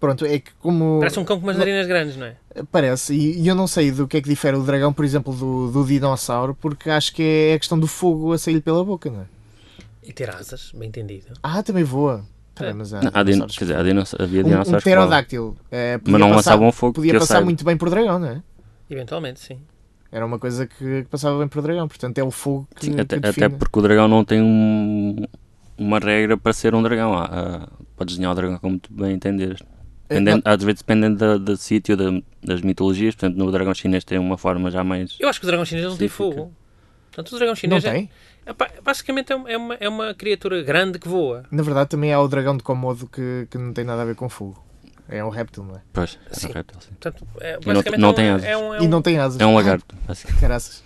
Pronto, é que como.
Parece um cão com umas
Não-
narinas grandes, não é?
Parece, e, e eu não sei do que é que difere o dragão, por exemplo, do, do dinossauro, porque acho que é a questão do fogo a sair pela boca, não é?
E ter asas, bem entendido.
Ah, também voa. Tá
É.
bem, mas há
Não, há din-
dinossauros
quer dizer, há dinoss- havia
que- um, um
dinossauros. que voavam.
pterodáctilo. eh, podia
mas não
passar,
lançavam fogo. que
Podia
eu
passar
saiba.
muito bem por dragão, não é?
Eventualmente, sim.
Era uma coisa que, que passava bem por dragão, portanto é o fogo que,
Sim,
que
até,
define.
até porque o dragão não tem um- uma regra para ser um dragão. Há- há- podes desenhar o dragão como tu bem entenderes.
É,
Dependendo, às vezes dependendo da- do sítio, da- das mitologias. Portanto, no dragão chinês tem uma forma já mais.
Eu acho que o dragão chinês não tem
Sim,
fogo. Portanto, o dragão
Não
chinês é-
tem?
é pá, basicamente é um- é uma, é uma criatura grande que voa.
Na verdade, também há o dragão de Komodo que, que não tem nada a ver com fogo. É um réptil, não é?
Pois, é
Sim.
um réptil, sim.
Portanto, é,
não-
basicamente
não
é um-
tem asas.
é um- é
E
um-
não tem asas.
É um lagarto. basicamente.
Caraças.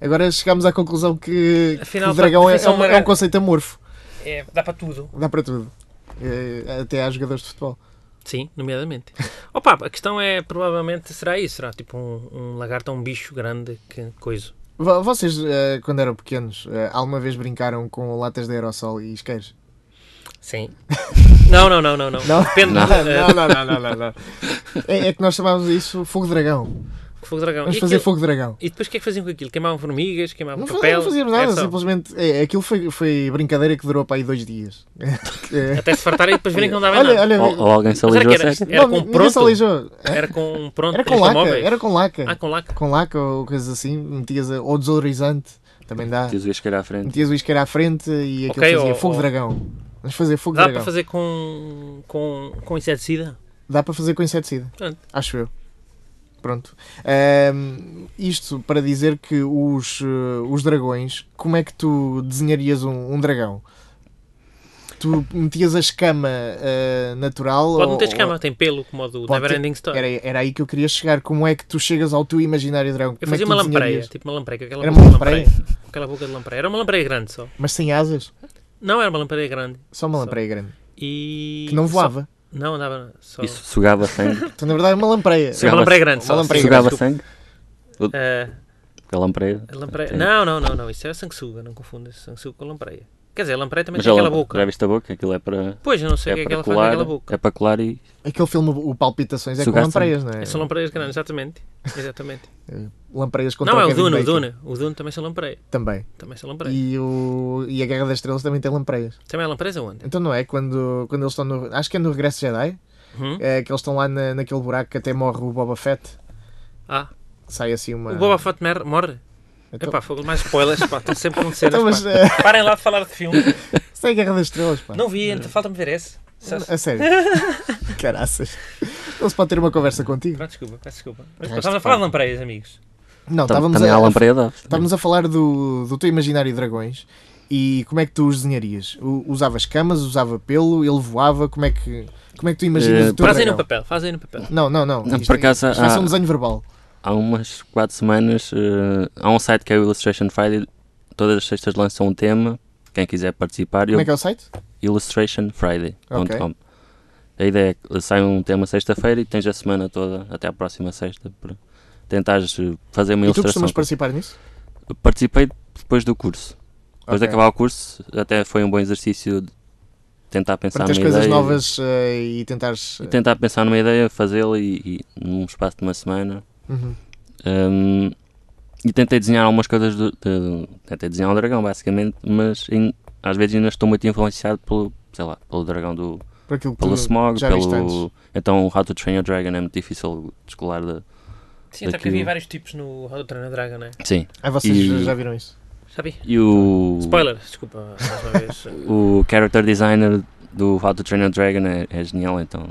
Agora chegámos à conclusão que, que
Afinal, tá-
o dragão é,
definição
é um, é
mara-
um conceito amorfo.
é- dá para tudo.
Dá para tudo. Eh, Até há jogadores de futebol.
Sim, nomeadamente. Opa, a questão é, provavelmente, será isso. Será tipo um, um lagarto, um bicho grande, que coisa.
Vo- Vocês, eh, quando eram pequenos, eh, alguma vez brincaram com latas de aerossol e isqueiros?
Sim. Não, não, não, não. não.
Não?
Depende.
Não,
eh,
não, não, não, não, não. É, é que nós chamávamos isso fogo dragão.
fogo de dragão.
Vamos
e,
fazer
aquilo-
fogo dragão.
e depois o que é que faziam com aquilo? Queimavam formigas, queimavam
Não, fa-
papel.
não fazíamos nada,
É só-
simplesmente. é, aquilo foi, foi brincadeira que durou para aí dois dias. É.
Até se fartarem e depois verem que não dava
olha,
nada.
olha.
Ou, ou alguém se
Mas era
alijou a
que era-
sério.
era
não,
com
ninguém
pronto?
se aleijou. Hã?
Era com um pronto
Era com laca,
automóveis.
era com laca.
Ah, com laca.
com laca ou coisas assim, metias a- ou desodorizante, também dá.
Tinhas o isqueiro à frente.
Metias o isqueiro à frente e aquilo
Ok,
fazia
ou-
fogo
ou-
dragão. Vamos fazer fogo
Dá
dragão.
para fazer com, com, com inseticida?
Dá para fazer com inseticida.
Pronto.
Acho eu. Pronto. Ahm, isto para dizer que os, eh, os dragões, como é que tu desenharias um, um dragão? Tu metias a escama eh, natural
Pode não
ou-
ter escama, tem pelo, como o do
Oh, Pode ter-
Neverending Story.
Era, era aí que eu queria chegar. Como é que tu chegas ao teu imaginário dragão?
Eu
Como é que
fazia
tu
uma lampreia,
desenharias?
tipo uma lampreia, com aquela
Era
boca
uma
de
lampreia?
com Aquela boca de lampreia. Era uma lampreia grande só.
Mas sem asas?
Não era uma lampreia grande.
Só uma
Só.
lampreia grande.
E.
Que não voava.
Só- Não, andava só.
Isso sugava sangue.
Então, na Então, verdade, é uma lampreia.
Sim.
Era uma lampreia grande
Uma
só.
lampreia
Desculpa.
sugava sangue.
Eh,
A lampreia.
A lampreia.
Tem-
Não, não, não, não. Isso é a sanguessuga, não confunda sanguessuga com a lampreia. Quer dizer, a lampreia também
Mas
tem
a
é aquela
lampreia-
boca.
já viste a boca? Aquilo é para.
Pois, eu não sei o
É
que é que
para,
ela faz naquela
colar,
boca.
é para colar e.
Aquele filme, o Palpitações, é com
Sugar-se.
lampreias, não é?
É, São lampreias grandes, exatamente. Exatamente.
Lampreias contra
não, é o
Kevin
Duna, o
Bacon.
Duna. O Duna também são lampreia.
Também.
Também são lampreia.
E, o, e a Guerra das Estrelas também tem lampreias.
Também é lampreia onde?
Então não é? Quando, quando eles estão no. Acho que é no Regresso Jedi,
Uhum.
é, que eles estão lá na, naquele buraco que até morre o Boba Fett.
Ah,
Sai assim uma.
o Boba Fett mer- morre.
Então-
Epá, fogo, mais spoilers, pá, estão sempre com cenas,
Então, mas,
pá.
eh,
Parem lá de falar de filme.
isso é a Guerra das Estrelas, pá.
Não é- vi, ainda falta-me ver esse. Só-
A sério. Caraças. Não se pode ter uma conversa contigo.
Pronto, desculpa, peço desculpa. Mas
Resto,
pá, estávamos a falar
pá.
de lampreias, amigos.
Não,
Tam-
estávamos
também há
a,
lampreia dá.
estávamos a falar do, do teu imaginário de dragões e como é que tu os desenharias? U- Usavas camas, usava pelo, ele voava, como é que, como é que tu imaginas
Eh,
o teu
Faz aí no
dragão?
papel, faz aí no papel.
Não, não, não.
Não,
Isto,
por acaso, ah,
isto vai ser
há-
um desenho verbal.
Há umas 4 semanas eh, há um site que é o Illustration Friday. Todas as sextas lançam um tema. Quem quiser participar, eu
Como é que é o site?
illustrationfriday.com. A ideia é que sai um tema sexta-feira e tens a semana toda, até à próxima sexta, para tentares eh, fazer
E tu
uma ilustração.
costumas participar nisso?
Participei depois do curso. Depois de
Ok.
acabar o curso, até foi um bom exercício de tentar pensar
Para teres
numa
coisas
ideia.
novas eh, e tentares.
E tentar pensar numa ideia, fazê-la e, e num espaço de uma semana.
Uhum.
Hum, e tentei desenhar algumas coisas. Do, de- tentei desenhar um dragão, basicamente, mas em- às vezes ainda estou muito influenciado pelo, sei lá, pelo dragão do.
Por aquilo que
pelo
tu
smog,
já viste antes.
pelo. Então, How to Train Your Dragon é muito difícil descolar da.
Sim, até porque
um-
Daquilo.
havia vários tipos no Rodo Treino Dragon, não é?
Sim.
Ah, vocês
E-
já viram isso?
Sabe?
E o.
Spoiler, desculpa, mais uma vez.
O character designer do How to Train Your Dragon é, é genial, então.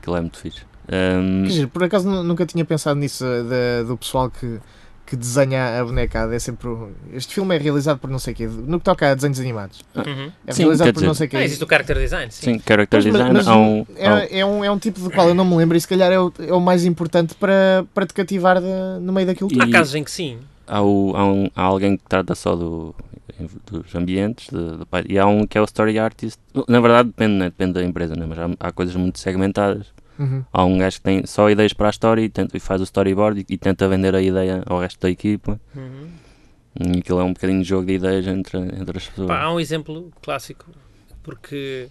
Aquilo é muito fixe. Hum,
Que giro, por acaso nu- nunca tinha pensado nisso eh, da- do pessoal que, que desenha a bonecada. É sempre. o- Este filme é realizado por não sei quê. No que toca a desenhos animados.
Uhum.
É
Sim,
realizado
quer
por não
dizer-
sei quê.
Ah, existe o character design, sim.
sim, character
Pois, mas-
design
mas
há um. há um-
É, é um, é um tipo do qual eu não me lembro e se calhar é o, é o mais importante para, para te cativar de- no meio daquilo tudo.
Há
E-
casos em que sim.
há, o- há um- há alguém que trata só do- dos ambientes de- do pai- e há um que é o story artist. Na verdade, depende, né? depende da empresa, né? mas há, há coisas muito segmentadas.
Uhum.
Há um gajo que tem só ideias para a história e, tenta- e faz o storyboard e, e tenta vender a ideia ao resto da equipa.
Uhum.
E aquilo é um bocadinho de jogo de ideias entre, entre as pessoas.
Pá, há um exemplo clássico, porque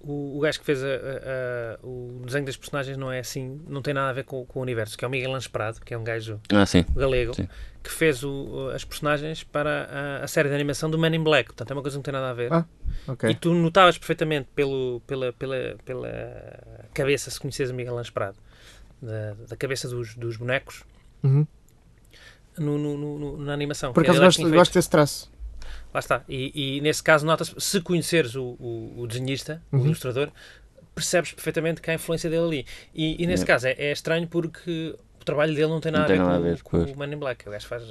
o, o gajo que fez a- a- a- o desenho das personagens não é assim, não tem nada a ver com, com o universo, que é o Miguel Lange Prado, que é um gajo
Ah, sim.
galego,
Sim.
que fez o- as personagens para a, a série de animação do Man in Black, portanto é uma coisa que não tem nada a ver.
Ah, ok.
E tu notavas perfeitamente pelo, pela, pela, pela cabeça, se conheces o Miguel Lange Prado, da, da cabeça dos, dos bonecos,
Uhum.
no- no- no- no- na animação.
Por
que era
acaso
ele é que tinha
gosto,
feito.
gosto desse traço.
Lá está. E, e nesse caso, notas, se conheceres o, o, o desenhista, o
Uhum.
ilustrador, percebes perfeitamente que há a influência dele ali. E, e nesse caso é, é estranho porque o trabalho dele não tem
Não
nada
tem
a ver
nada
com,
a ver,
com
pois.
o Man in Black. O gajo faz.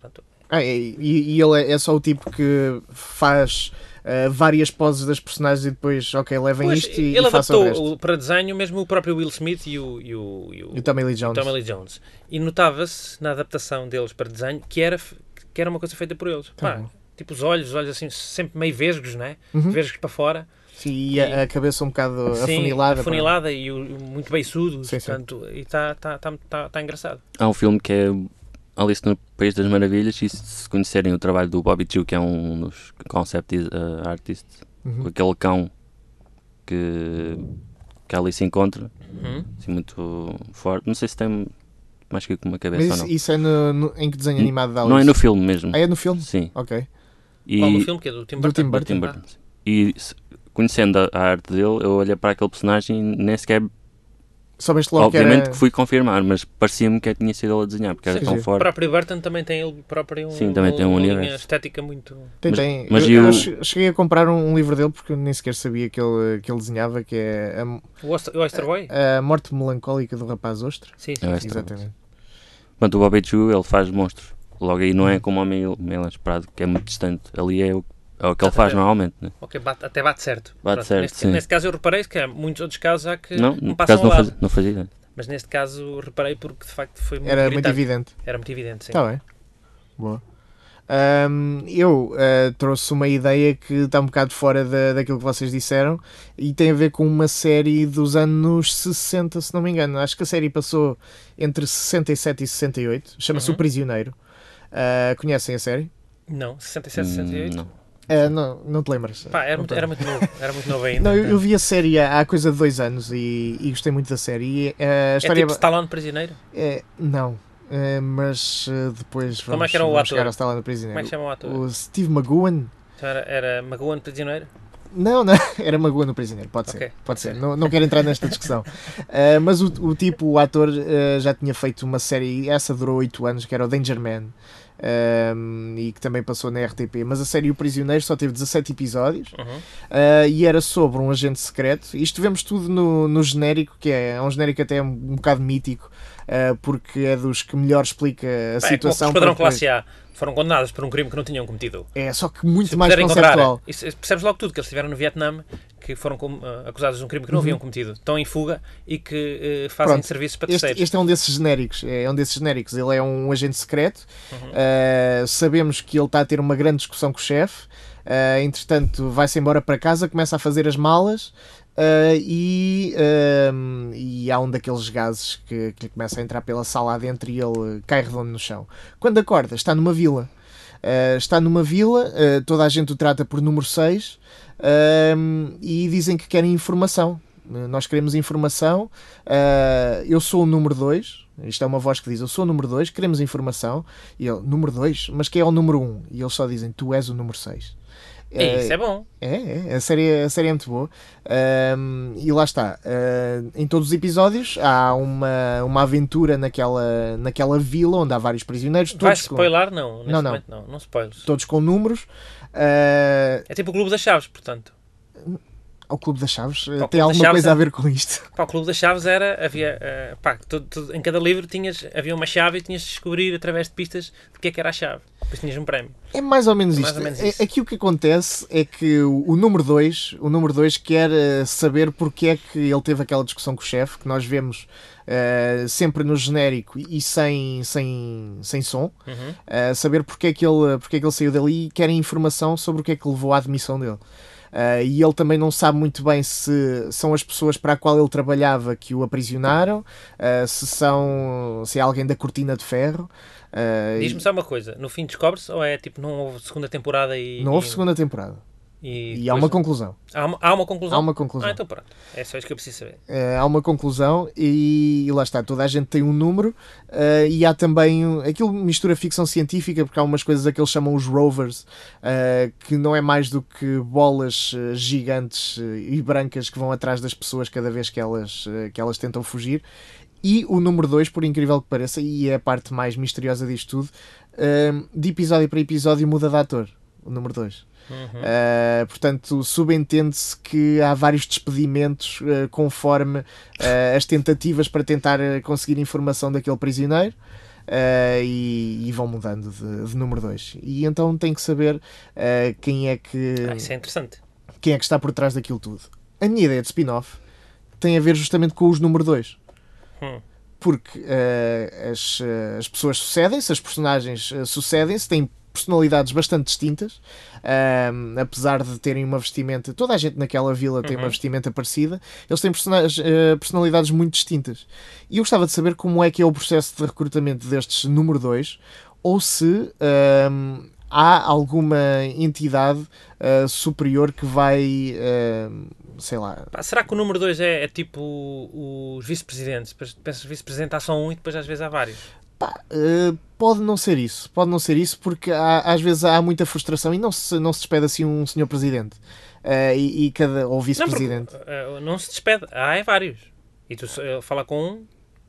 pronto.
Ah, e, e- e ele é, é só o tipo que faz eh, várias poses das personagens e depois, ok, levem
Pois,
isto e,
ele
e façam o
adaptou
resto.
o- para desenho mesmo o próprio Will Smith e o, e o, e o,
E o Tommy Lee Jones.
Tommy Lee Jones. E notava-se na adaptação deles para desenho que era, f- que era uma coisa feita por eles. Pá,
bom.
tipo os olhos, os olhos assim, sempre meio vesgos, né?
Uhum.
Vesgos para fora.
E a, a cabeça um bocado
Sim,
afunilada. pá.
afunilada e o, o muito beiçudo,
Sim, sim.
portanto, e está tá, tá, tá, tá engraçado.
Há um filme que é Alice no País das Maravilhas e se conhecerem o trabalho do Bobby Chu, que é um dos concept eh, artists,
Uhum.
aquele cão que, que a Alice encontra,
Uhum.
assim, muito forte. Não sei se tem mais que uma
Mas
cabeça
isso,
ou
isso é no, no- em que desenho
Hum?
N-
animado da
não.
Alice?
Não é no filme mesmo.
Ah, é no filme?
Sim.
Ok.
E,
Qual o filme que é do Tim
Do
Burton?
Tim Burton.
Tim Burton, sim. E se- conhecendo a, a arte dele, eu olhei para aquele personagem e nem sequer,
Soubeste logo que
obviamente
era...
que fui confirmar, mas parecia-me que tinha sido ele a desenhar, porque era
Sim,
tão
sim.
O
forte.
próprio Burton também tem ele próprio um,
Sim, também tem um
uma
universo.
linha estética muito...
Tem,
Mas-
tem.
mas
eu,
e
eu
o-
che- cheguei a comprar um, um livro dele porque eu nem sequer sabia que ele, que ele desenhava, que é a-
O Oyster, o
É,
Oyster Boy?
a, Morte Melancólica do Rapaz Ostra.
Sim, sim.
É, esta-
Exatamente.
Portanto, o Bobby Chu, ele faz monstros. Logo aí
Hum.
não é como o homem Melan esperado, que é muito distante. Ali é o, é o que ele faz
Exatamente.
normalmente. Né?
Ok, bate- até bate certo.
Bate certo,
neste,
sim.
neste caso eu reparei que há muitos outros casos há que
Não,
não,
no
passam
caso
ao
não
lado.
fazia, não fazia ideia.
Mas neste caso reparei porque de facto foi muito
Era muito
gritante.
evidente. Tá.
Era muito evidente, sim.
Está bem. Boa. Ahm, eu ah, trouxe uma ideia que está um bocado fora da, daquilo que vocês disseram e tem a ver com uma série dos anos 60, se não me engano. Acho que a série passou entre 67 e 68, chama-se
Uhum.
O Prisioneiro. Ah, conhecem a série?
Não, 67, 68?
Hum, não.
Ah, não, não te lembras?
Pá, era, muito, era muito novo, era muito novo ainda.
Não,
É
eu, eu vi a série há, há coisa de dois anos e, e gostei muito da série. E, ah, a
é
história
tipo Stallone Prisioneiro?
É, não, É, mas eh, depois vamos,
Como é que era o
vamos
ator?
chegar ao Stallone
Como é
Prisioneiro.
que chama o ator?
o Steve McGowan?
Então era, era Magoan Prisioneiro?
Não, não, era McGowan no Prisioneiro, pode ser.
Ok.
Pode ser, não, não quero entrar nesta discussão. Eh, mas o, o tipo, o ator, eh, já tinha feito uma série, essa durou 8 anos, que era o Danger Man, ehm, e que também passou na RTP. Mas a série O Prisioneiro só teve 17 episódios,
Uhum.
Uh, e era sobre um agente secreto. Isto vemos tudo no, no genérico, que é é um genérico até um, um bocado mítico, uh, porque é dos que melhor explica a
Pá, é como o
situação.
Esquadrão
para depois-
Classe A foram condenados por um crime que não tinham cometido.
É, só que muito
Se
mais
puderem encontrar,
conceptual.
isso- isso- percebes logo tudo, que eles estiveram no Vietnã, que foram com- ah, acusados de um crime que não haviam cometido, estão em fuga e que eh, fazem
Uhum. Pronto,
serviços para
Este,
terceiros.
este é um desses genéricos. É um desses genéricos. Ele é um agente secreto.
Uhum.
Uh, sabemos que ele está a ter uma grande discussão com o chefe. Uh, entretanto, vai-se embora para casa, começa a fazer as malas. uh, e, um, e há um daqueles gases que, que lhe começa a entrar pela sala adentro e ele uh, cai redondo no chão. Quando acorda, está numa vila. Uh, está numa vila, uh, toda a gente o trata por número 6 e dizem que querem informação. Uh, Nós queremos informação. uh, eu sou o número 2. Isto é uma voz que diz: Eu sou o número 2, queremos informação. E ele, número 2, mas quem é o número 1? Um? E eles só dizem: Tu és o número 6.
É, isso é bom.
É, é, a série, a série é muito boa. Ahm, e lá está. ah, em todos os episódios há uma, uma aventura naquela, naquela vila onde há vários prisioneiros,
Vais
todos, com,
spoilar? Não, neste
Não, não.
momento não. Não spoilers.
todos com números. Ah,
É tipo o Clube das Chaves, portanto.
ao Clube das Chaves ah,
Clube
tem
das
alguma
Chaves
coisa
é-
a ver com isto.
Pá, o Clube das Chaves era, havia, eh, pá, tudo- tudo- em cada livro tinhas, havia uma chave e tinhas de descobrir através de pistas de que é que era a chave. Depois tinhas um prémio.
É mais ou menos
É mais
isto.
ou menos
É-
isso.
Aqui o que acontece é que o o número 2 o número dois quer ah, saber porque é que ele teve aquela discussão com o chefe que nós vemos ah, sempre no genérico e sem, sem, sem som.
Uhum.
Uh, saber porque é, que ele, porque é que ele saiu dali e querem informação sobre o que é que levou à admissão dele. Uh, e ele também não sabe muito bem se são as pessoas para a qual ele trabalhava que o aprisionaram, uh, se são se é alguém da cortina de ferro. Uh,
Diz-me só uma coisa, no fim descobre-se ou é tipo, não houve segunda temporada e.
não houve
e-
segunda temporada.
E,
E há uma
depois-
conclusão.
há uma- há uma conclusão.
Há uma conclusão.
Ah, então pronto. É só isso que eu preciso saber.
Eh, há uma conclusão e, e lá está, toda a gente tem um número eh, e há também, um- aquilo mistura ficção científica porque há umas coisas a que eles chamam os rovers eh, que não é mais do que bolas eh, gigantes eh, e brancas que vão atrás das pessoas cada vez que elas, eh, que elas tentam fugir e o número 2, por incrível que pareça e é a parte mais misteriosa disto tudo eh, de episódio para episódio muda de ator, o número 2
Uhum.
Uh, portanto, subentende-se que há vários despedimentos uh, conforme uh, as tentativas para tentar uh, conseguir informação daquele prisioneiro uh, e, e vão mudando de, de número 2. E então tem que saber uh, quem, é que,
Ah, isso é interessante.
quem é que está por trás daquilo tudo. A minha ideia de spin-off tem a ver justamente com os número 2
Hum.
porque eh, as, eh, as pessoas sucedem-se, as personagens eh, sucedem-se, têm personalidades bastante distintas, ahm, apesar de terem uma vestimenta, toda a gente naquela vila tem uma vestimenta parecida, eles têm personagens, eh, personalidades muito distintas. E eu gostava de saber como é que é o processo de recrutamento destes número 2, ou se ahm, há alguma entidade ah, superior que vai, ahm, sei lá,
Pá, será que o número 2 é, é tipo o- os vice-presidentes? Depois Pensas que vice-presidente há só um e depois às vezes há vários.
Pá, eh, pode não ser isso, pode não ser isso, porque há- às vezes há muita frustração e não se, não se despede assim um senhor presidente Eh, e, e cada, ou
Não, porque,
vice-presidente. Não,
eh, não se despede. Há é vários. E tu eh, fala com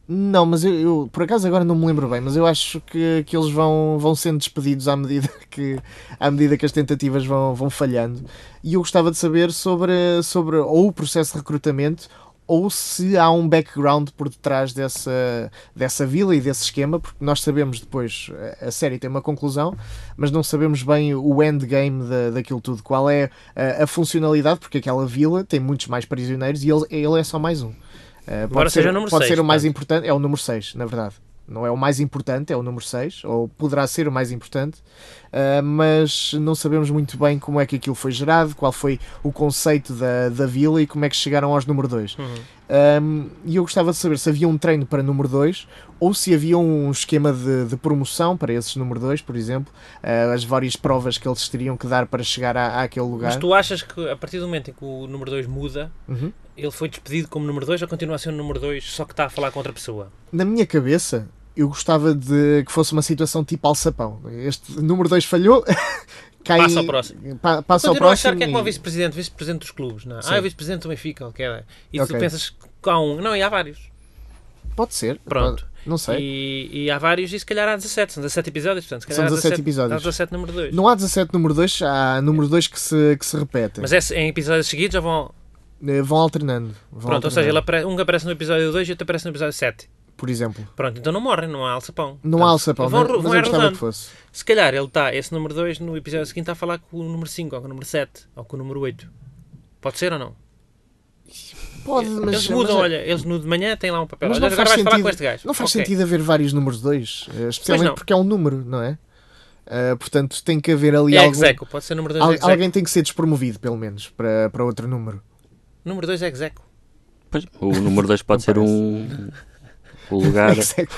um.
mas eu, eu, por acaso agora não me lembro bem, mas eu acho que, que eles vão, vão sendo despedidos à medida que, à medida que as tentativas vão, vão falhando. E eu gostava de saber sobre, sobre ou o processo de recrutamento ou se há um background por detrás dessa, dessa vila e desse esquema, porque nós sabemos depois, a a série tem uma conclusão, mas não sabemos bem o endgame da, daquilo tudo, qual é a, a funcionalidade, porque aquela vila tem muitos mais prisioneiros e ele, ele é só mais um. Uh,
Embora seja o número
pode
seis,
ser o mais
portanto.
importante, é o número 6, na verdade. não é o mais importante, é o número 6, ou poderá ser o mais importante, ah, mas não sabemos muito bem como é que aquilo foi gerado, qual foi o conceito da, da vila e como é que chegaram aos número 2.
Uhum.
e eu gostava de saber se havia um treino para número 2 ou se havia um esquema de, de promoção para esses número 2, por exemplo, ah, as várias provas que eles teriam que dar para chegar à, àquele lugar.
Mas tu achas que a partir do momento em que o número 2 muda,
Uhum.
ele foi despedido como número 2 ou continua a ser o número 2 só que está a falar com outra pessoa?
na minha cabeça, eu gostava de que fosse uma situação tipo alçapão. Este número 2 falhou, cai,
Passa ao próximo.
pa- passa ao
Continuo a achar
Ah, próximo.
que é como o
e-
vice-presidente, vice-presidente dos clubes. Não? é?
Sim.
Ah, o vice-presidente também fica, ok. E
Ok.
tu pensas que há um. Não, e há vários.
Pode ser.
Pronto.
pode- não sei.
E, e há vários, e se calhar há 17. São 17 episódios, portanto. Se calhar
São
há
17
Há
episódios.
17 número 2.
Não há 17 número 2, há número 2 que se, que se repetem.
Mas é, em episódios seguidos já vão.
Eh, Vão alternando. Vão
Pronto, ou
alternando,
seja, ele apare- um que aparece no episódio 2 e outro aparece no episódio 7.
Por exemplo.
Pronto, então não morrem, não há alçapão.
Não
Portanto,
há alçapão,
vão,
mas
ro-
mas
vão é
eu gostava
rodando.
que fosse.
Se calhar ele está, esse número 2, no episódio seguinte está a falar com o número 5, ou com o número 7, ou com o número 8. Pode ser ou não?
Pode, mas.
eles mudam,
mas-
olha, eles no de manhã têm lá um papel.
mas
Olha,
não
agora vais
faz, sentido,
falar com este gajo.
não faz
Ok.
sentido haver vários números 2, especialmente
não.
porque é um número, não é? Eh, portanto, tem que haver ali
É
algum,
execo, pode ser número 2
Al-
execo.
alguém tem que ser despromovido, pelo menos, para, para outro número.
Número 2 é execo.
Pois, o número 2 pode
Não
ser um, um lugar.
Isso é que-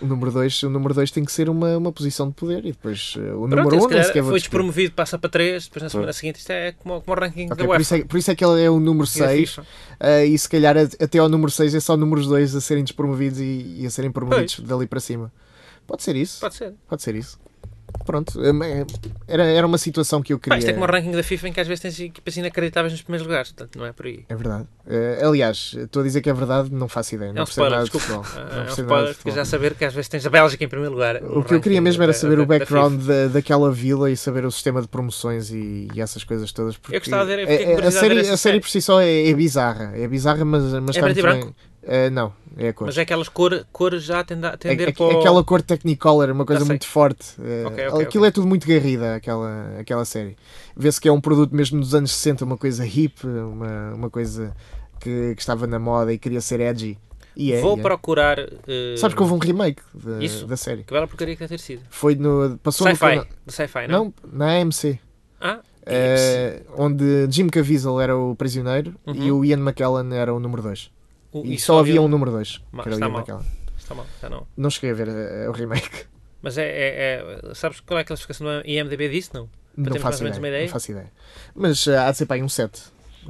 o número 2 o número dois tem que ser uma, uma posição de poder e depois eh, o
Pronto,
número 1
ele
um, nem
se
sequer
calhar
vou
foi
discutir.
despromovido, passa para 3, depois na semana seguinte isto é como, como o ranking
Ok,
da
por, isso
UEFA.
é, por isso é que ele é o número
e da
6
FIFA.
Ah, e se calhar at- até ao número 6 é só números 2 a serem despromovidos e, e a serem promovidos dali para cima. Pode ser isso, pode,
Pode ser.
ser isso. Pronto, eh, mas, eh, era, era uma situação que eu
Pá,
queria.
isto é como o ranking da FIFA em que às vezes tens equipas inacreditáveis nos primeiros lugares, portanto não é por aí.
É verdade. Eh, aliás, estou a dizer que é verdade, não faço ideia.
é
Não
um
percebo
spoiler,
nada de
desculpa.
futebol.
Ah,
Não
é um
percebo nada de
spoiler, ficas
futebol.
já a saber que às vezes tens a Bélgica em primeiro lugar. no
O que eu queria
ranking
mesmo era
da-
saber
da-
o
da
background
FIFA.
da, daquela vila e saber o sistema de promoções e, e essas coisas todas. Porque
gostava de ver- eu fiquei
é, é,
com
a,
curiosidade de ver
série,
essa
a série
série.
por si só é, é bizarra. É bizarra, mas, mas
É
está
preto
muito
e
bem.
branco?
Eh, não, é a cor.
Mas é aquelas cor- cores já tenda-
É-
tender
é-
para o-
Aquela cor Technicolor, é uma coisa
Já sei.
muito forte. Eh,
Ok, ok,
aquilo é tudo muito garrida, aquela, aquela série. Vê-se que é um produto mesmo dos anos 60, uma coisa hip, uma, uma coisa que, que estava na moda e queria ser edgy. E é,
Vou
e é.
procurar. eh,
Sabes que houve um remake da,
Isso.
da série.
Que bela porcaria que deve ter sido.
Foi no. Passou no canal-
Sci-fi. Do sci-fi, não?
Não, na AMC.
Ah, Ips.
eh, onde Jim Caviezel era o prisioneiro e o Ian McKellen era o número 2.
O-
E,
isso
só havia
Uhum. havia
um número 2,
Mas
que era o
está
Ian
mal.
McKellen.
Está mal, já não.
Não cheguei a ver eh, o remake.
Mas é, é- é- Sabes qual é a classificação do IMDB disso? Não?
Não
termos mais
faço,
ou
ideia,
menos uma ideia?
não faço ideia. Mas eh, há de ser para aí um 7.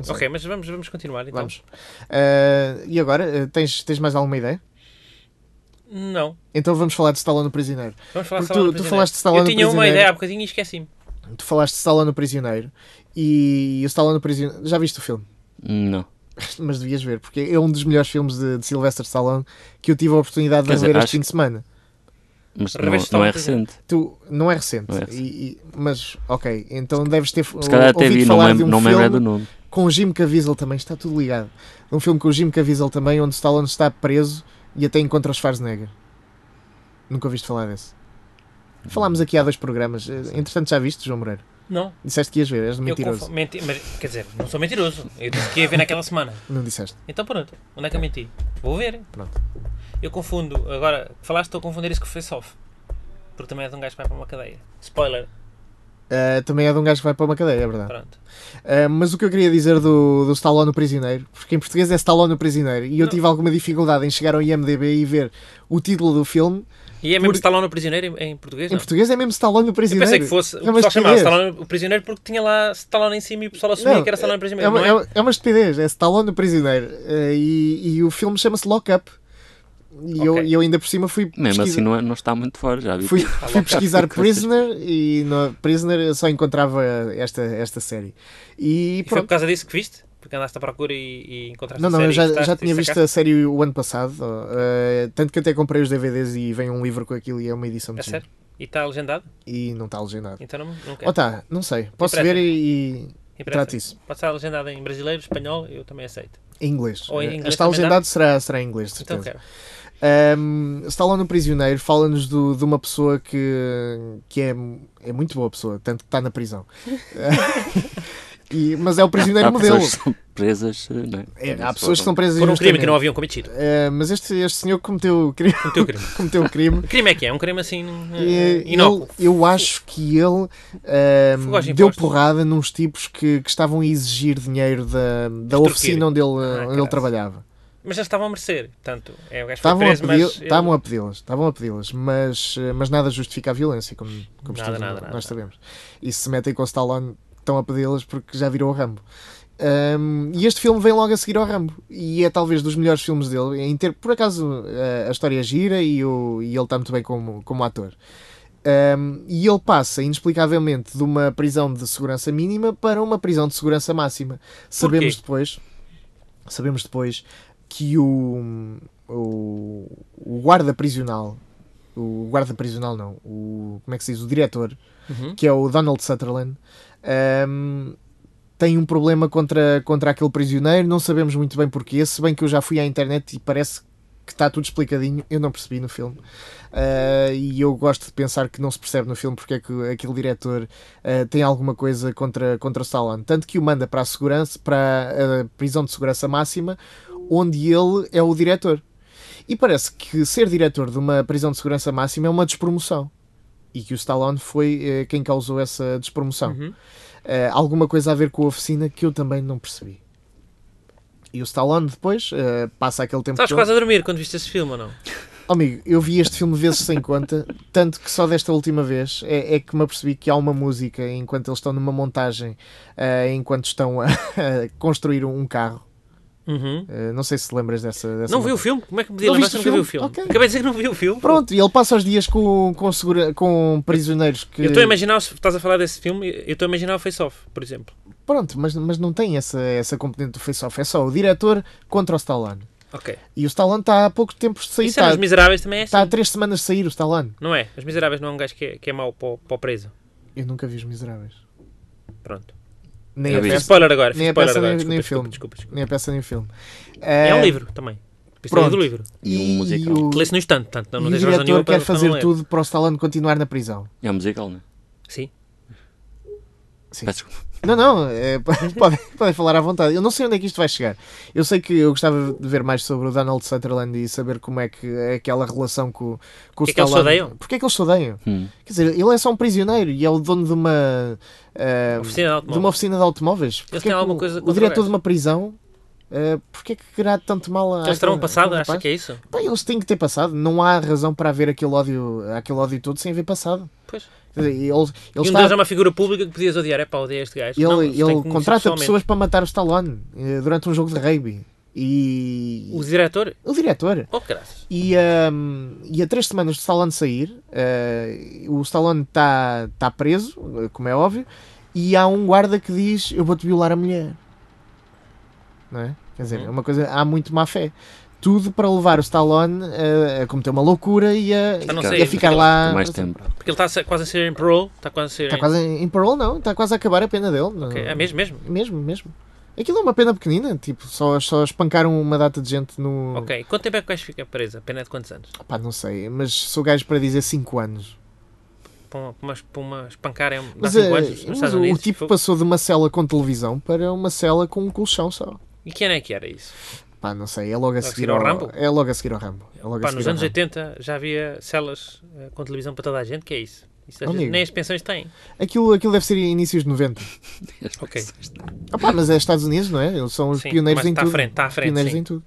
Ok, mas vamos, vamos continuar então.
Vamos. Eh, e agora, eh, tens, tens mais alguma ideia?
Não.
Então vamos falar de Stallone o Prisioneiro.
Vamos falar
Porque
só lá
tu- tu
do Prisioneiro.
falaste de Stallone
Eu
no
tinha uma
Prisioneiro.
ideia há bocadinho e esqueci-me.
Tu falaste de Stallone o Prisioneiro e o Stallone o Prisioneiro. Já viste o filme?
Não.
Mas devias ver, porque é um dos melhores filmes de, de Sylvester Stallone que eu tive a oportunidade
Quer
de
dizer,
ver
acho-
este fim de semana.
Mas não,
Revés de
não é
Stallone, por exemplo.
recente.
Tu, não é recente,
Não é recente.
E- e- mas ok, então deves ter
Se calhar até
ouvido
vi, não
falar
me
de
lembro,
um
não me
filme
lembro do nome.
com o Jim Caviezel também, está tudo ligado. Um filme com o Jim Caviezel também, onde Stallone está preso e até encontra o Schwarzenegger. Nunca ouviste falar desse. Falámos aqui há dois programas. Eh, Entretanto, já viste, João Moreira?
Não.
Disseste que ias ver, és
Eu
mentiroso.
confundo- menti, mas, quer dizer, não sou mentiroso. Eu disse que ia ver naquela semana.
Não disseste.
Então pronto, onde é que eu menti? Vou ver.
Pronto.
Eu confundo, agora que falaste, estou a confundir isso com o Face Off. Porque também é de um gajo que vai para uma cadeia. Spoiler,
Eh, também é de um gajo que vai para uma cadeia, é verdade.
pronto.
Uh, mas o que eu queria dizer do, do Stallone o Prisioneiro, porque em português é Stallone o Prisioneiro, e eu
Não.
tive alguma dificuldade em chegar ao IMDB e ver o título do filme.
E é mesmo
Por-
Stallone o Prisioneiro em, em português?
Em
Não?
português é mesmo Stallone o
Eu
Prisioneiro.
pensei que fosse. O
É uma
pessoal chamava
estupidez.
Stallone o Prisioneiro porque tinha lá Stallone em cima e o pessoal assumia
Não,
que era Stallone o
É
Prisioneiro.
uma,
não
é uma- é uma estupidez, é Stallone o Prisioneiro. Uh, e, e o filme chama-se Lock Up. E eu,
Ok.
e eu ainda por cima fui
Mesmo
pesquisar-
assim não, é- não está muito fora, já vi.
fui, fui
Up.
pesquisar Prisoner e no Prisoner eu só encontrava esta, esta série. E
E foi
pronto.
por causa disso que viste? Porque andaste à procura e, e encontraste
Não,
a
não,
série
eu
e
já,
gostaste
já
e
tinha visto
sacaste?
a série o ano passado, eh, tanto que até comprei os DVDs e vem um livro com aquilo e é uma edição de
É sério? E está legendado?
E não está legendado.
Então não, não
Ou
quero.
está, não sei, posso
Empresta.
ver e, e
Impressa.
trato Oh, tá. isso.
Pode estar legendado em brasileiro, espanhol, eu também aceito.
Em inglês.
Ou em
Eh,
inglês
Está
também dá?
legendado será, será em inglês, de certeza.
Então quero.
Um, Stallone o Prisioneiro fala-nos do- de uma pessoa que, que é, é muito boa pessoa, tanto que está na prisão. E- mas é o prisioneiro
há
modelo.
pessoas que são presas, não é?
É,
Não
há
se
pessoas que são
podem.
presas
Por um crime que
injustamente.
não haviam cometido.
Eh, mas este, este senhor cometeu, crime-
Cometeu crime.
cometeu crime.
Que crime é que é? Um crime assim eh,
E,
inócuo.
eu, eu acho que ele eh,
Fuga aos
deu
impostos.
porrada nos tipos que, que estavam a exigir dinheiro da, da
Extorquir.
oficina onde ele, onde ele
caralho.
trabalhava.
Mas já estavam a merecer. Portanto, é, o gajo foi
Estavam a
preso,
pedi-
mas...
estavam a pedi-las, estavam a pedi-las, mas, eh, mas nada justifica a violência, como, como
Nada,
todos
nada,
nós
nada.
sabemos. E se se metem com o Stallone, estão a pedi-las porque já virou o Rambo. Ahm, e este filme vem logo a seguir ao Rambo e é talvez dos melhores filmes dele. Em ter, por acaso eh, a história gira e, o, e ele está muito bem como, como ator. Ahm, e ele passa inexplicavelmente de uma prisão de segurança mínima para uma prisão de segurança máxima. Sabemos depois, sabemos depois que o, o, o guarda prisional, o guarda prisional não, o, como é que se diz, o diretor,
Uhum.
que é o Donald Sutherland, ahm, tem um problema contra, contra aquele prisioneiro, não sabemos muito bem porquê, se bem que eu já fui à internet e parece que está tudo explicadinho, eu não percebi no filme. Ah, e eu gosto de pensar que não se percebe no filme porque é que aquele diretor ah, tem alguma coisa contra, contra o Stallone. Tanto que o manda para a segurança, para a prisão de segurança máxima, onde ele é o diretor. E parece que ser diretor de uma prisão de segurança máxima é uma despromoção. E que o Stallone foi eh, quem causou essa despromoção.
Uhum.
Eh, alguma coisa a ver com a oficina que eu também não percebi. E o Stallone depois eh, passa aquele tempo.
Estás
todo-
quase a dormir quando viste esse filme ou não?
Oh, amigo, eu vi este filme vezes sem conta, tanto que só desta última vez é, é que me apercebi que há uma música enquanto eles estão numa montagem, eh, enquanto estão a, a construir um carro.
Uhum.
Eh, não sei se te lembras dessa. dessa
Não vi
montagem.
o filme? Como é que me podia
Não
lembrar
viste
se
o
nunca vi o
filme?
filme?
Ok.
Acabei de dizer que não vi o filme.
Pronto, e ele passa os dias com, com, segura- com prisioneiros que.
Eu estou a imaginar, se estás a falar desse filme, eu estou a imaginar o Face Off, por exemplo.
Pronto, mas, mas não tem essa, essa componente do face-off. É só o diretor contra o Stallone.
Ok.
E o Stallone está há pouco tempo de sair.
Isso é
Está
nos Miseráveis também é assim.
está há três semanas de sair o Stallone.
Não é? Os Miseráveis não é um gajo que é, que é mau para o, para o preso.
Eu nunca vi os Miseráveis.
Pronto.
Nem
Eu
a
vi.
Fiz
peça,
spoiler agora. Fiz
nem a
spoiler
peça,
agora.
nem-
Desculpa,
nem o
desculpa,
filme.
desculpa, desculpa.
nem a peça, nem o filme.
É um
Eh,
livro também. Pistola
Pronto.
do livro.
E um musical.
Que lê-se no instante, portanto, Então não,
e
não
o
tens razão
diretor
nenhuma para um
quer
para não
fazer
ler.
tudo para o Stallone continuar na prisão.
É um musical, não é?
Sim.
Sim.
Peço desculpa.
Não, não, é, podem, podem falar à vontade. Eu não sei onde é que isto vai chegar. Eu sei que eu gostava de ver mais sobre o Donald Sutherland e saber como é que é aquela relação com, com o
Porquê é que eles se
Stallone.
odeiam?
Porquê é que eles se odeiam?
Hum.
Quer dizer, ele é só um prisioneiro e é o dono de uma, ah,
Oficina
de uma
de automóveis.
oficina de automóveis. Porquê
têm
que o-
alguma coisa
o
contra
diretor
o
de uma prisão, ah, porquê é que querá tanto mal a.
Eles terão passado, acha que é isso?
Bem, eles têm que ter passado. Não há razão para haver aquele ódio, aquele ódio todo sem haver passado.
Pois.
Quer dizer, ele, ele
E um
está-
deles é uma figura pública que podias odiar. É pá, odeia este gajo.
ele,
Não, tem
ele
que conhecer
contrata
pessoalmente.
pessoas para matar o Stallone eh, durante um jogo de rugby. E.
O diretor?
O diretor.
Oh, graças.
E, ahm, e a três semanas do Stallone sair, eh, o Stallone está tá preso, eh, como é óbvio, e há um guarda que diz: Eu vou-te violar a mulher. Não é? Quer dizer,
Uhum.
é uma coisa. Há muito má fé. Tudo para levar o Stallone eh, a cometer uma loucura e a,
Ah, não
e a
sei,
ficar
mas
lá.
Por mais tempo.
Porque ele está a ser- quase a ser em parole. Está quase a ser.
Está
em-
quase em, em parole, não. Está quase a acabar a pena dele. não-
Ok, É mesmo, mesmo.
Mesmo, mesmo. Aquilo é uma pena pequenina, tipo, só, só espancaram uma data de gente no.
Ok. Quanto tempo é que o gajo fica preso? A pena é de quantos anos?
Pá, não sei, mas sou gajo para dizer 5 anos.
Para uma, para uma, para uma espancar é um- dá
Mas,
cinco
eh,
anos nos
mas
Estados
o
Unidos.
tipo
fogo.
passou de uma cela com televisão para uma cela com um colchão só.
E quem é que era isso?
Pá, não sei, é logo a
Logo
seguir ao,
Rambo?
É logo a seguir ao Rambo. É logo a
Pá,
seguir
nos
ao
anos
Rambo.
80 já havia celas eh, com televisão para toda a gente, que é isso? Isso às
Amigo.
vezes nem as pensões têm.
Aquilo, aquilo deve ser inícios de 90.
Ok.
Ah, pá, mas é Estados Unidos, não é? Eles são os
Sim,
pioneiros
mas
em
está
tudo.
à frente, está à frente.
pioneiros
Sim.
em tudo.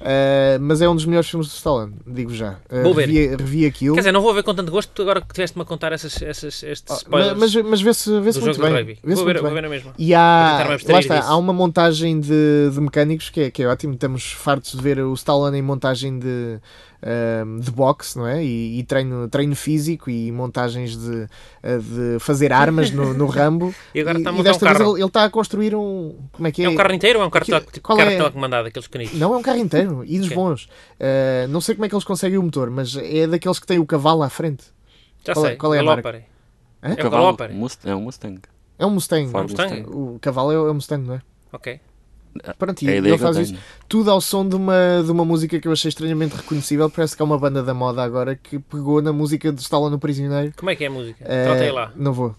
Ah, mas é um dos melhores filmes do Stallone, digo já. Ah,
Vou ver.
revi, revi aquilo.
Quer dizer, não vou ver com tanto gosto porque agora que tiveste-me a contar essas, essas, estes
Ah,
spoilers
mas, mas vê-se vê-se
do
muito
jogo
bem.
do rugby.
Vê-se
Vou ver,
muito
vou
bem.
ver na mesma.
E
Vou
há,
tentar-me
lá
abstrair
está,
disso.
há uma montagem de, de mecânicos que é, que é ótimo. Estamos fartos de ver o Stallone em montagem de, ahm, de boxe, não é? E, e treino, treino físico e montagens de, ah, de fazer armas no, no Rambo.
E agora está a
e
montar um
desta vez
carro.
ele, ele está a construir um. Como é que é?
É um carro inteiro ou é um carro,
Aquilo-
tele- tipo,
qual
carro
é?
telecomandado, aqueles pequenitos?
Não, é um carro inteiro e dos
Ok.
bons. Ah, não sei como é que eles conseguem o motor, mas é daqueles que têm o cavalo à frente.
Já
qual é-
sei,
qual é a marca?
Galopare.
Hã?
É o
cavalo,
Galopare.
Must- é um Mustang.
É um Mustang.
Ford
Mustang?
Mustang.
O cavalo é, o- é um Mustang, não é?
Ok.
Pronto, e
É a
ele
ideia que eu
faz isso.
tenho.
tudo ao som de uma, de uma música que eu achei estranhamente reconhecível. Parece que há uma banda da moda agora que pegou na música do Stallone no Prisioneiro.
Como é que é a música?
Eh,
Trota aí lá.
Não vou.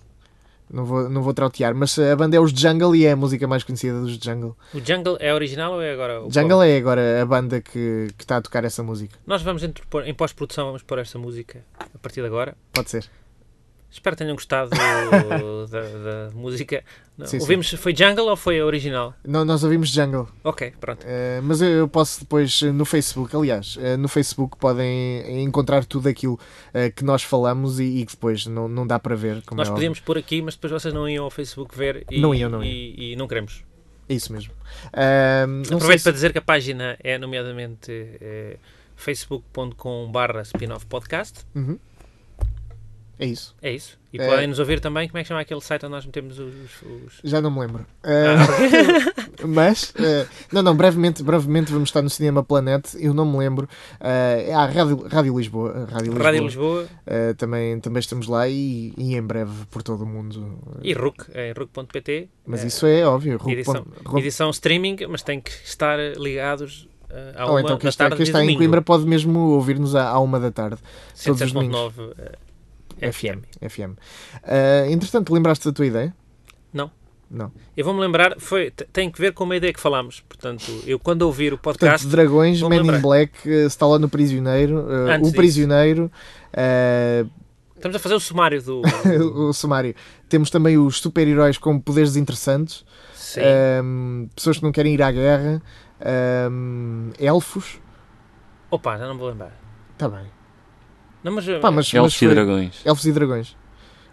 Não vou, não vou trautear, mas a banda é os Jungle e é a música mais conhecida dos Jungle.
O Jungle é original ou é agora? o
Jungle é agora a banda que que está a tocar essa música.
Nós vamos interpor- em pós-produção vamos pôr esta música a partir de agora.
Pode ser.
Espero que tenham gostado do- da, da música. Não,
Sim, sim.
Ouvimos, foi Jungle ou foi a original?
Não, nós ouvimos Jungle.
Ok, pronto.
Eh, mas eu- eu posso depois eh, no Facebook, aliás, eh, no Facebook podem encontrar tudo aquilo eh, que nós falamos e, e que depois não, não dá para ver. Como
Nós
é óbvio.
podíamos pôr aqui, mas depois vocês não iam ao Facebook ver e
Não iam, não
E, e não queremos.
É isso mesmo. Eh, não sei
Aproveito para
se-
dizer que a página é nomeadamente eh, facebook.com barra spin-off podcast.
Uhum. É isso.
É isso. E
É.
podem nos ouvir também. Como é que chama aquele site onde nós metemos os... os-
Já não me lembro. Eh, mas, eh, não, não, brevemente, brevemente vamos estar no Cinema Planete. Eu não me lembro. Eh, ah, Rádio, Rádio Lisboa. eh, Rádio Lisboa.
Rádio Lisboa
Eh, também, também estamos lá e, e em breve por todo o mundo.
e é, RUC, em RUC.pt.
Mas
Eh,
isso é óbvio. Ru-
edição-
pon- ru-
Edição streaming, mas tem que estar ligados eh, à
Ou
uma
então quem
da
está,
tarde
quem
de
está em
domingo.
Coimbra pode mesmo ouvir-nos à, à uma da tarde. todos os É
107.9 eh, FM.
FM. Eh, entretanto, lembraste da tua ideia?
Eu vou-me lembrar, foi, te- tem que ver com uma ideia que falámos. Portanto, eu quando ouvir o
Portanto,
podcast,
Dragões,
vou
Men
lembrar.
in Black, eh, está lá no Prisioneiro, eh,
Antes
o
disso.
Prisioneiro, eh,
estamos a fazer o sumário do.
o sumário. Temos também os super-heróis com poderes interessantes,
Sim.
ehm, pessoas que não querem ir à guerra, ehm, elfos.
Opa, já não me vou lembrar.
Está bem.
Não, mas, eh,
Pá, mas, mas
Elfos
foi-
e É Dragões.
Elfos e Dragões.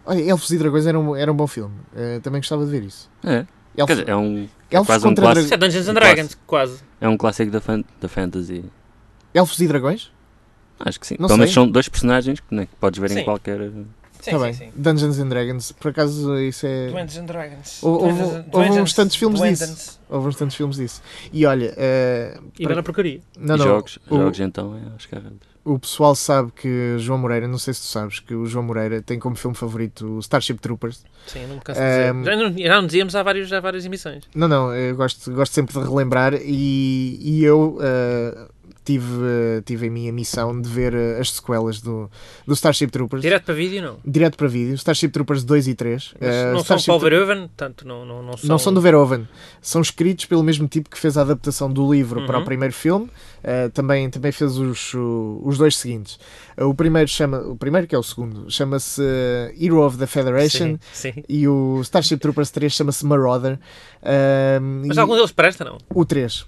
Olha, Elfos e Dragões era um, era um bom filme. Eh, também gostava de ver isso.
É,
Elfos,
quer dizer, é um,
elfos
quase um
contra
clássico.
dragões.
Isso é Dungeons and Dragons, quase.
é um clássico da, fan- da fantasy.
Elfos e Dragões?
Acho que sim.
Não
Pelo menos
sei.
são dois personagens que, né, que podes ver
Sim.
em qualquer.
Sim,
tá bem. Dungeons and Dragons, por acaso isso é.
Dungeons and Dragons.
Hou- houve- Dungeons- houve uns tantos filmes disso. Houve uns tantos filmes disso. E olha, eh,
E era porcaria.
não,
e
não,
eh, jogos,
o-
jogos então, é, acho que há tantos.
o pessoal sabe que João Moreira, não sei se tu sabes, que o João Moreira tem como filme favorito o Starship Troopers.
Sim, eu não me canso de dizer.
Ehm,
Já não, já não dizíamos há, vários, há várias emissões.
Não, não, eu gosto, gosto sempre de relembrar e, e eu eh, tive, eh, tive a minha missão de ver eh, as sequelas do, do Starship Troopers.
Direto para vídeo, não.
Direto para vídeo, Starship Troopers 2 e 3.
Mas
eh,
não são
Starship
Paul Verhoeven, portanto, não, não, não são.
Não são do Verhoeven. São escritos pelo mesmo tipo que fez a adaptação do livro
Uhum.
para o primeiro filme. Uh, também, também fez os, o- os dois seguintes. Uh, o primeiro chama, o primeiro que é o segundo, chama-se uh, Hero of the Federation
Sim, sim.
e o Starship Troopers 3 chama-se Marauder. Um,
Mas
e
algum deles presta, não?
o 3.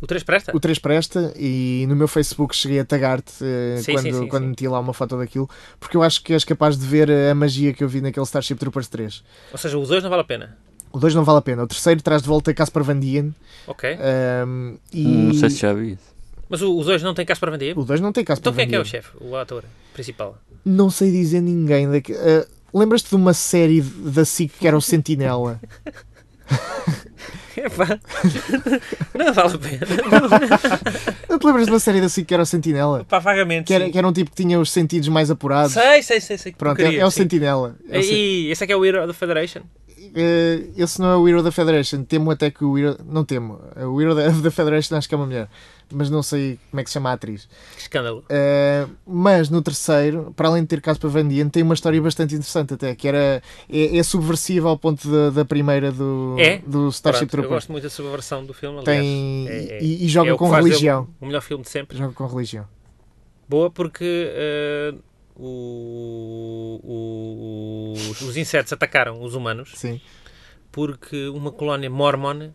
O 3 presta?
O 3 presta e no meu Facebook cheguei a tagar-te uh,
Sim,
quando,
sim, sim,
quando
sim.
meti lá uma foto daquilo, porque eu acho que és capaz de ver eh, a magia que eu vi naquele Starship Troopers 3.
Ou seja, o 2 não vale a pena.
O 2 não vale a pena. O terceiro traz de volta Caspar Van Dien.
Ok.
Um, e
Hum, Não sei se já vi isso.
Mas o- os dois não têm caso para vender?
O 2 não tem caso
Então
para
quem é que é o
vender.
chefe? O ator principal?
Não sei dizer ninguém. Daqui... Ah, Lembras-te de uma série de- da SIC que era o Sentinela?
Epá, não vale a pena.
Não te lembras de uma série da SIC que era o Sentinela?
Pá, vagamente.
Que era,
sim.
que era um tipo que tinha os sentidos mais apurados.
Sei, sei, sei, sei. que
Pronto, é,
porcaria,
é o
sim.
Sentinela. É o sen-
E esse é que é o Hero of the Federation?
Ah, esse não é o Hero da Federation. Temo até que o Hero. Não temo. O Hero da da Federation acho que é uma mulher. Mas não sei como é que se chama a atriz.
Que escândalo.
Uh, mas no terceiro, para além de ter caso para Van Dien, tem uma história bastante interessante até, que era é, é subversiva ao ponto da, da primeira do,
É?
do Starship
Pronto, eu
Troopers.
gosto muito da subversão do filme, aliás.
Tem,
É- é-
e, e
é
joga
o que
com
faz dele
religião.
O melhor filme de sempre.
Joga com religião.
Boa porque eh, o- o- os, os insetos atacaram os humanos
Sim.
porque uma colónia mormon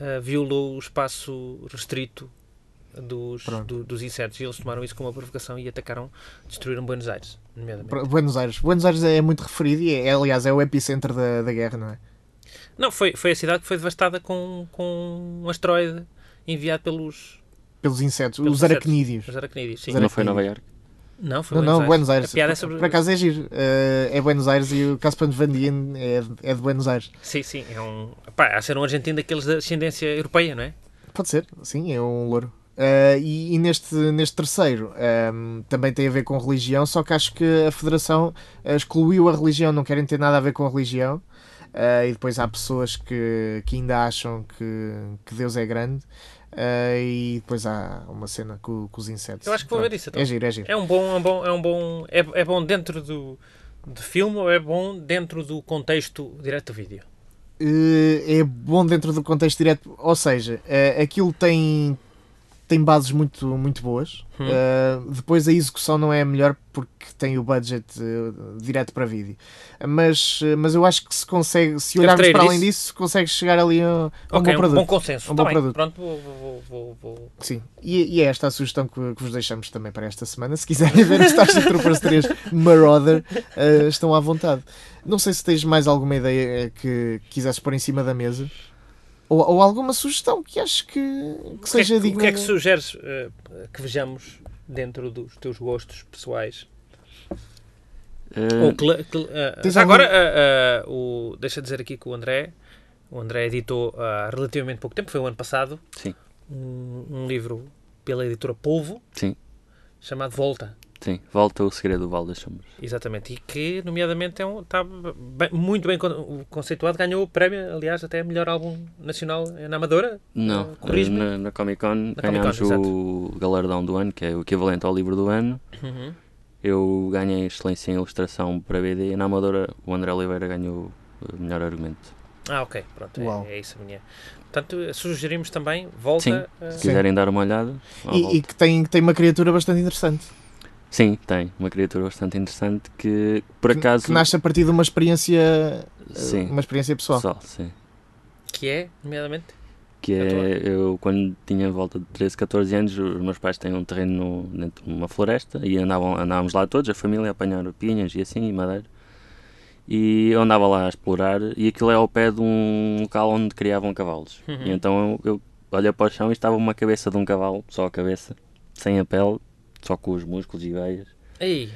eh, violou o espaço restrito dos,
Pronto.
do- dos insetos e eles tomaram isso como uma provocação e atacaram, destruíram Buenos Aires, nomeadamente.
Pro- Buenos Aires. Buenos Aires é muito referido e, é, é, aliás, é o epicentro da, da guerra, não é?
Não, foi, foi a cidade que foi devastada com, com um asteroide enviado pelos,
Pelos insetos,
Pelos
os
insetos.
aracnídeos.
pelos aracnídeos. Sim.
Os Era
Não foi
que-
Nova York.
Não, foi
Não, não, Buenos Aires.
A piada é
Por-
sobre...
Por acaso é giro. Uh, é Buenos Aires e o Caspar Van Dien é, de- é de Buenos Aires.
Sim, sim. É um... Pá, a ser um argentino daqueles de ascendência europeia, não é?
Pode ser, sim, é um louro. Ah, e, e neste, neste terceiro ahm, também tem a ver com religião, só que acho que a Federação ah, excluiu a religião, não querem ter nada a ver com a religião. Ah, e depois há pessoas que, que ainda acham que, que Deus é grande. Ah, e depois há uma cena com, com os insetos.
Eu acho que vou
Pronto.
ver isso, então.
É giro, é giro.
É um bom, é um bom, é um bom, é, é bom dentro do, de filme ou é bom dentro do contexto direto vídeo?
Eh, é bom dentro do contexto direto, ou seja, eh, aquilo tem, tem bases muito, muito boas.
Hum.
Eh, depois a execução não é a melhor porque tem o budget eh, direto para vídeo. Mas, eh, mas eu acho que se consegue, se
Deve
olharmos
trair
para além
isso.
disso, consegue chegar ali a, a um bom
ok, um
produto.
bom consenso.
Um
Tá
bom
bem,
produto.
pronto, vou, vou, vou, vou-
Sim, e, e é esta a sugestão que, que vos deixamos também para esta semana. Se quiserem ver os Starship Troopers 3 Marauder, eh, estão à vontade. Não sei se tens mais alguma ideia eh, que quisesses pôr em cima da mesa ou, ou alguma sugestão que acho que, que
O que é
seja
que-
digna.
O que é que
de-
sugeres eh, que vejamos dentro dos teus gostos pessoais?
Oh.
Eh,
Ou cl- cl- ah,
Tens
já
algum-
agora, ah, ah, o, deixa eu dizer aqui que o André, o André editou há relativamente pouco tempo, foi o ano passado,
Sim.
um, um livro pela editora Polvo,
Sim.
chamado Volta,
Sim, volta o segredo do Val das Sombras.
exatamente, e que nomeadamente é um, está bem- muito bem con- conceituado, ganhou o prémio, aliás, até melhor álbum nacional na Amadora,
Não, Eh,
corrige-me.
na, na Comic Con
Eh, Comic Con,
ganhámos o galardão do ano, que é o equivalente ao livro do ano.
Uhum.
Eu ganhei excelência em ilustração para BD e na Amadora o André Oliveira ganhou o melhor argumento.
Ah, ok, pronto,
Uau.
é, é isso a minha. Portanto, sugerimos também Volta,
Sim,
ah,
Se quiserem dar uma olhada. à
E, e
volta.
que tem, que tem uma criatura bastante interessante.
Sim, tem. Uma criatura bastante interessante que, por
que-
acaso.
Que nasce a partir de uma experiência, eh,
Sim,
uma experiência pessoal.
pessoal, sim.
que é, nomeadamente...
Que
A tua?
é, eu quando tinha volta de 13, 14 anos, os meus pais têm um terreno no- dentro de uma floresta e andavam, andávamos lá todos, a família, a apanhar pinhas e assim, e madeira. E eu andava lá a explorar e aquilo é ao pé de um local onde criavam cavalos.
Uhum.
E então eu, eu olhei para o chão e estava uma cabeça de um cavalo, só a cabeça, sem a pele, só com os músculos e veias.
Ei,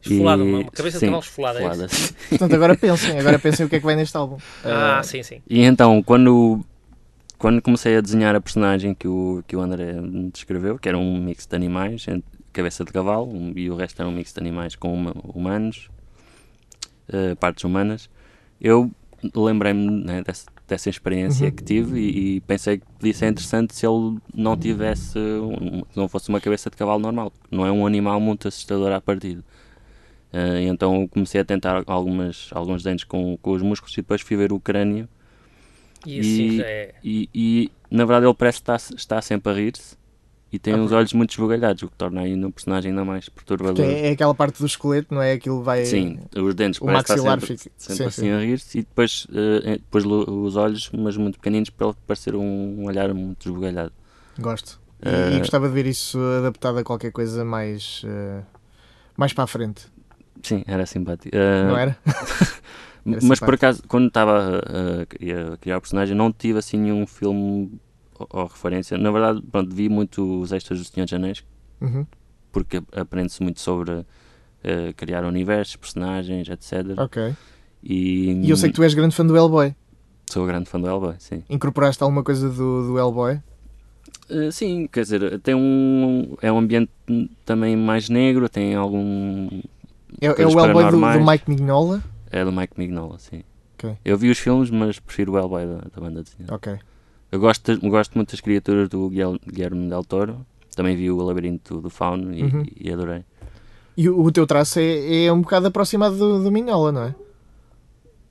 esfolada,
E-
uma, uma cabeça de
sim,
cavalo esfolada. é isso?
esfolada, sim.
Portanto, agora pensem, agora pensem o que é que vai neste álbum.
Ah, sim, sim.
E então, quando, quando comecei a desenhar a personagem que o, que o André me descreveu, que era um mix de animais, entre cabeça de cavalo, um- e o resto era um mix de animais com huma- humanos, eh, partes humanas, eu lembrei-me né, dessa, dessa experiência
Uhum.
que tive e, e pensei que podia ser interessante se ele não tivesse, um- se não fosse uma cabeça de cavalo normal. Não é um animal muito assustador à partida. Eh, e então eu comecei a tentar algumas, alguns dentes com, com os músculos e depois fui ver o crânio
E assim
E-
já é.
e, e, na verdade ele parece que está, está sempre a rir-se e
Ah,
tem os olhos muito esbugalhados, o que torna ainda um personagem ainda mais
Que
perturbador.
é, é aquela parte do esqueleto, não é? Aquilo vai.
Sim, os dentes
o
parece que
maxilar
está sempre,
fica-
sempre
sim,
assim
sim.
a rir-se e depois, eh, eh, depois lo- os olhos, mas muito pequeninos, para ele parecer um olhar muito esbugalhado.
Gosto. E,
Eh,
e gostava de ver isso adaptado a qualquer coisa mais, eh, mais para a frente,
Sim, era simpático. Eh,
não era? Era
Mas por
simpático.
acaso, quando estava uh, a cri- a criar o personagem, não tive assim nenhum filme ou, ou referência. Na verdade, pronto, vi muito os extras do Senhor dos Anéis,
Uhum.
porque ap- aprende-se muito sobre uh, criar universos, personagens, etc.
Ok.
E,
Ah. E eu sei que tu és grande fã do Hellboy.
sou grande fã do Elba, sim.
Incorporaste alguma coisa do, do Hellboy?
Uh, sim, quer dizer, tem um é um ambiente hum, também mais negro, tem algum
É, é
Coisas
o Hellboy do,
paranormais.
do Mike Mignola?
é do Mike Mignola, sim.
Ok.
Eu vi os filmes, mas prefiro o Elba da, da banda desenhada.
Ok.
Eu gosto, das- gosto muito das criaturas do Guilher- Guilherme Del Toro. Também vi o Labirinto do Fauno e,
Uhum.
e adorei.
E o, o teu traço é, é um bocado aproximado do, do Mignola, não é?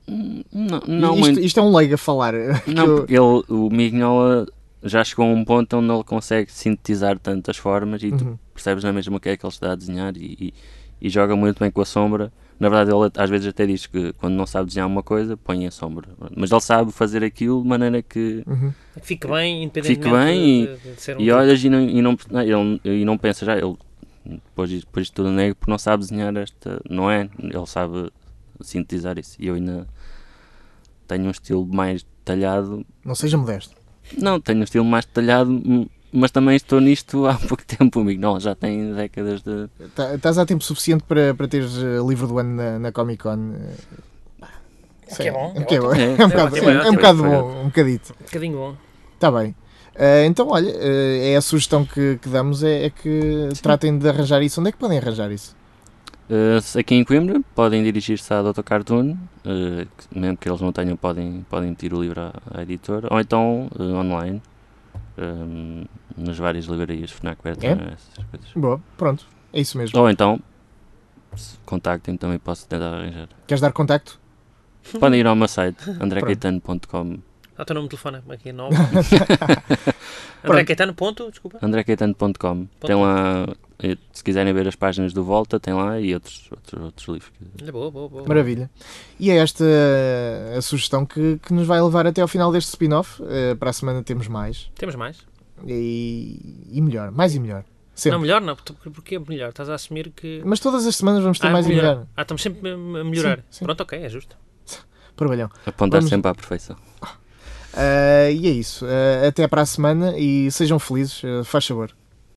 Hum, Não, não
isto,
muito.
isto é um leigo a falar.
Não, porque ele, o Mignola já chegou a um ponto onde ele consegue sintetizar tantas formas e tu
Uhum.
percebes na mesma o que é que ele está a desenhar e, e- e joga muito bem com a sombra. Na verdade, ele às vezes até diz que quando não sabe desenhar uma coisa, põe a sombra. Mas ele sabe fazer aquilo de maneira que.
Uhum.
Fique bem, independentemente
Fique bem
de, de- de ser um
E olhas e não, e não, ele- e não pensa já, ele depois, diz- depois de tudo é negro porque não sabe desenhar esta. Não é? Ele sabe sintetizar isso. E eu ainda tenho um estilo mais detalhado.
Não seja modesto.
Não, tenho um estilo mais detalhado, m- mas também estou nisto há pouco tempo. O Mignola já tem décadas de.
Tá- Estás há tempo suficiente para, para teres eh, livro do ano na, na Comic Con. eh,
que
sim.
é bom,
É, um
é
bocado-
ótimo.
é um bocado,
É ótimo, é
é um
ótimo.
bocado bom, um bocadito.
bocadinho bom.
Está bem. Ah, então, olha, ah, é a sugestão que, que damos é, é que tratem de arranjar isso. Onde é que podem arranjar isso?
Eh, se aqui em Coimbra podem dirigir-se à Dr. Cartoon, eh, que- mesmo que eles não tenham, podem, podem pedir o livro à, à editora, ou então eh, online, eh, nas várias livrarias FNAC Bertrand,
É?
essas coisas.
Boa, pronto, é isso mesmo.
Ou então se contactem-me também posso tentar arranjar.
Queres dar contacto?
Podem ir ao meu site, andrecaetano.com
Dá Ah, o teu nome de telefone é aqui, 9. André Caetano, ponto, desculpa.
andrecaetano.com Tem lá, eh, se quiserem ver as páginas do Volta, tem lá e outros, outros, outros livros.
Olha, Boa, boa, boa.
Maravilha. E é esta a sugestão que, que nos vai levar até ao final deste spin-off. Eh, para a semana temos mais.
Temos mais?
E, e melhor. Mais e melhor. Sempre.
Não, melhor não. Porque porque é melhor? Estás a assumir que...
Mas todas as semanas vamos ter
Ah,
é mais e
melhor.
melhor.
Ah, estamos sempre a a melhorar.
sim.
Pronto, ok, é justo.
Trabalhão.
Apontar
Vamos-
sempre à perfeição.
Eh, Ah, e é isso. Ah, até para a semana e sejam felizes. Ah, faz favor.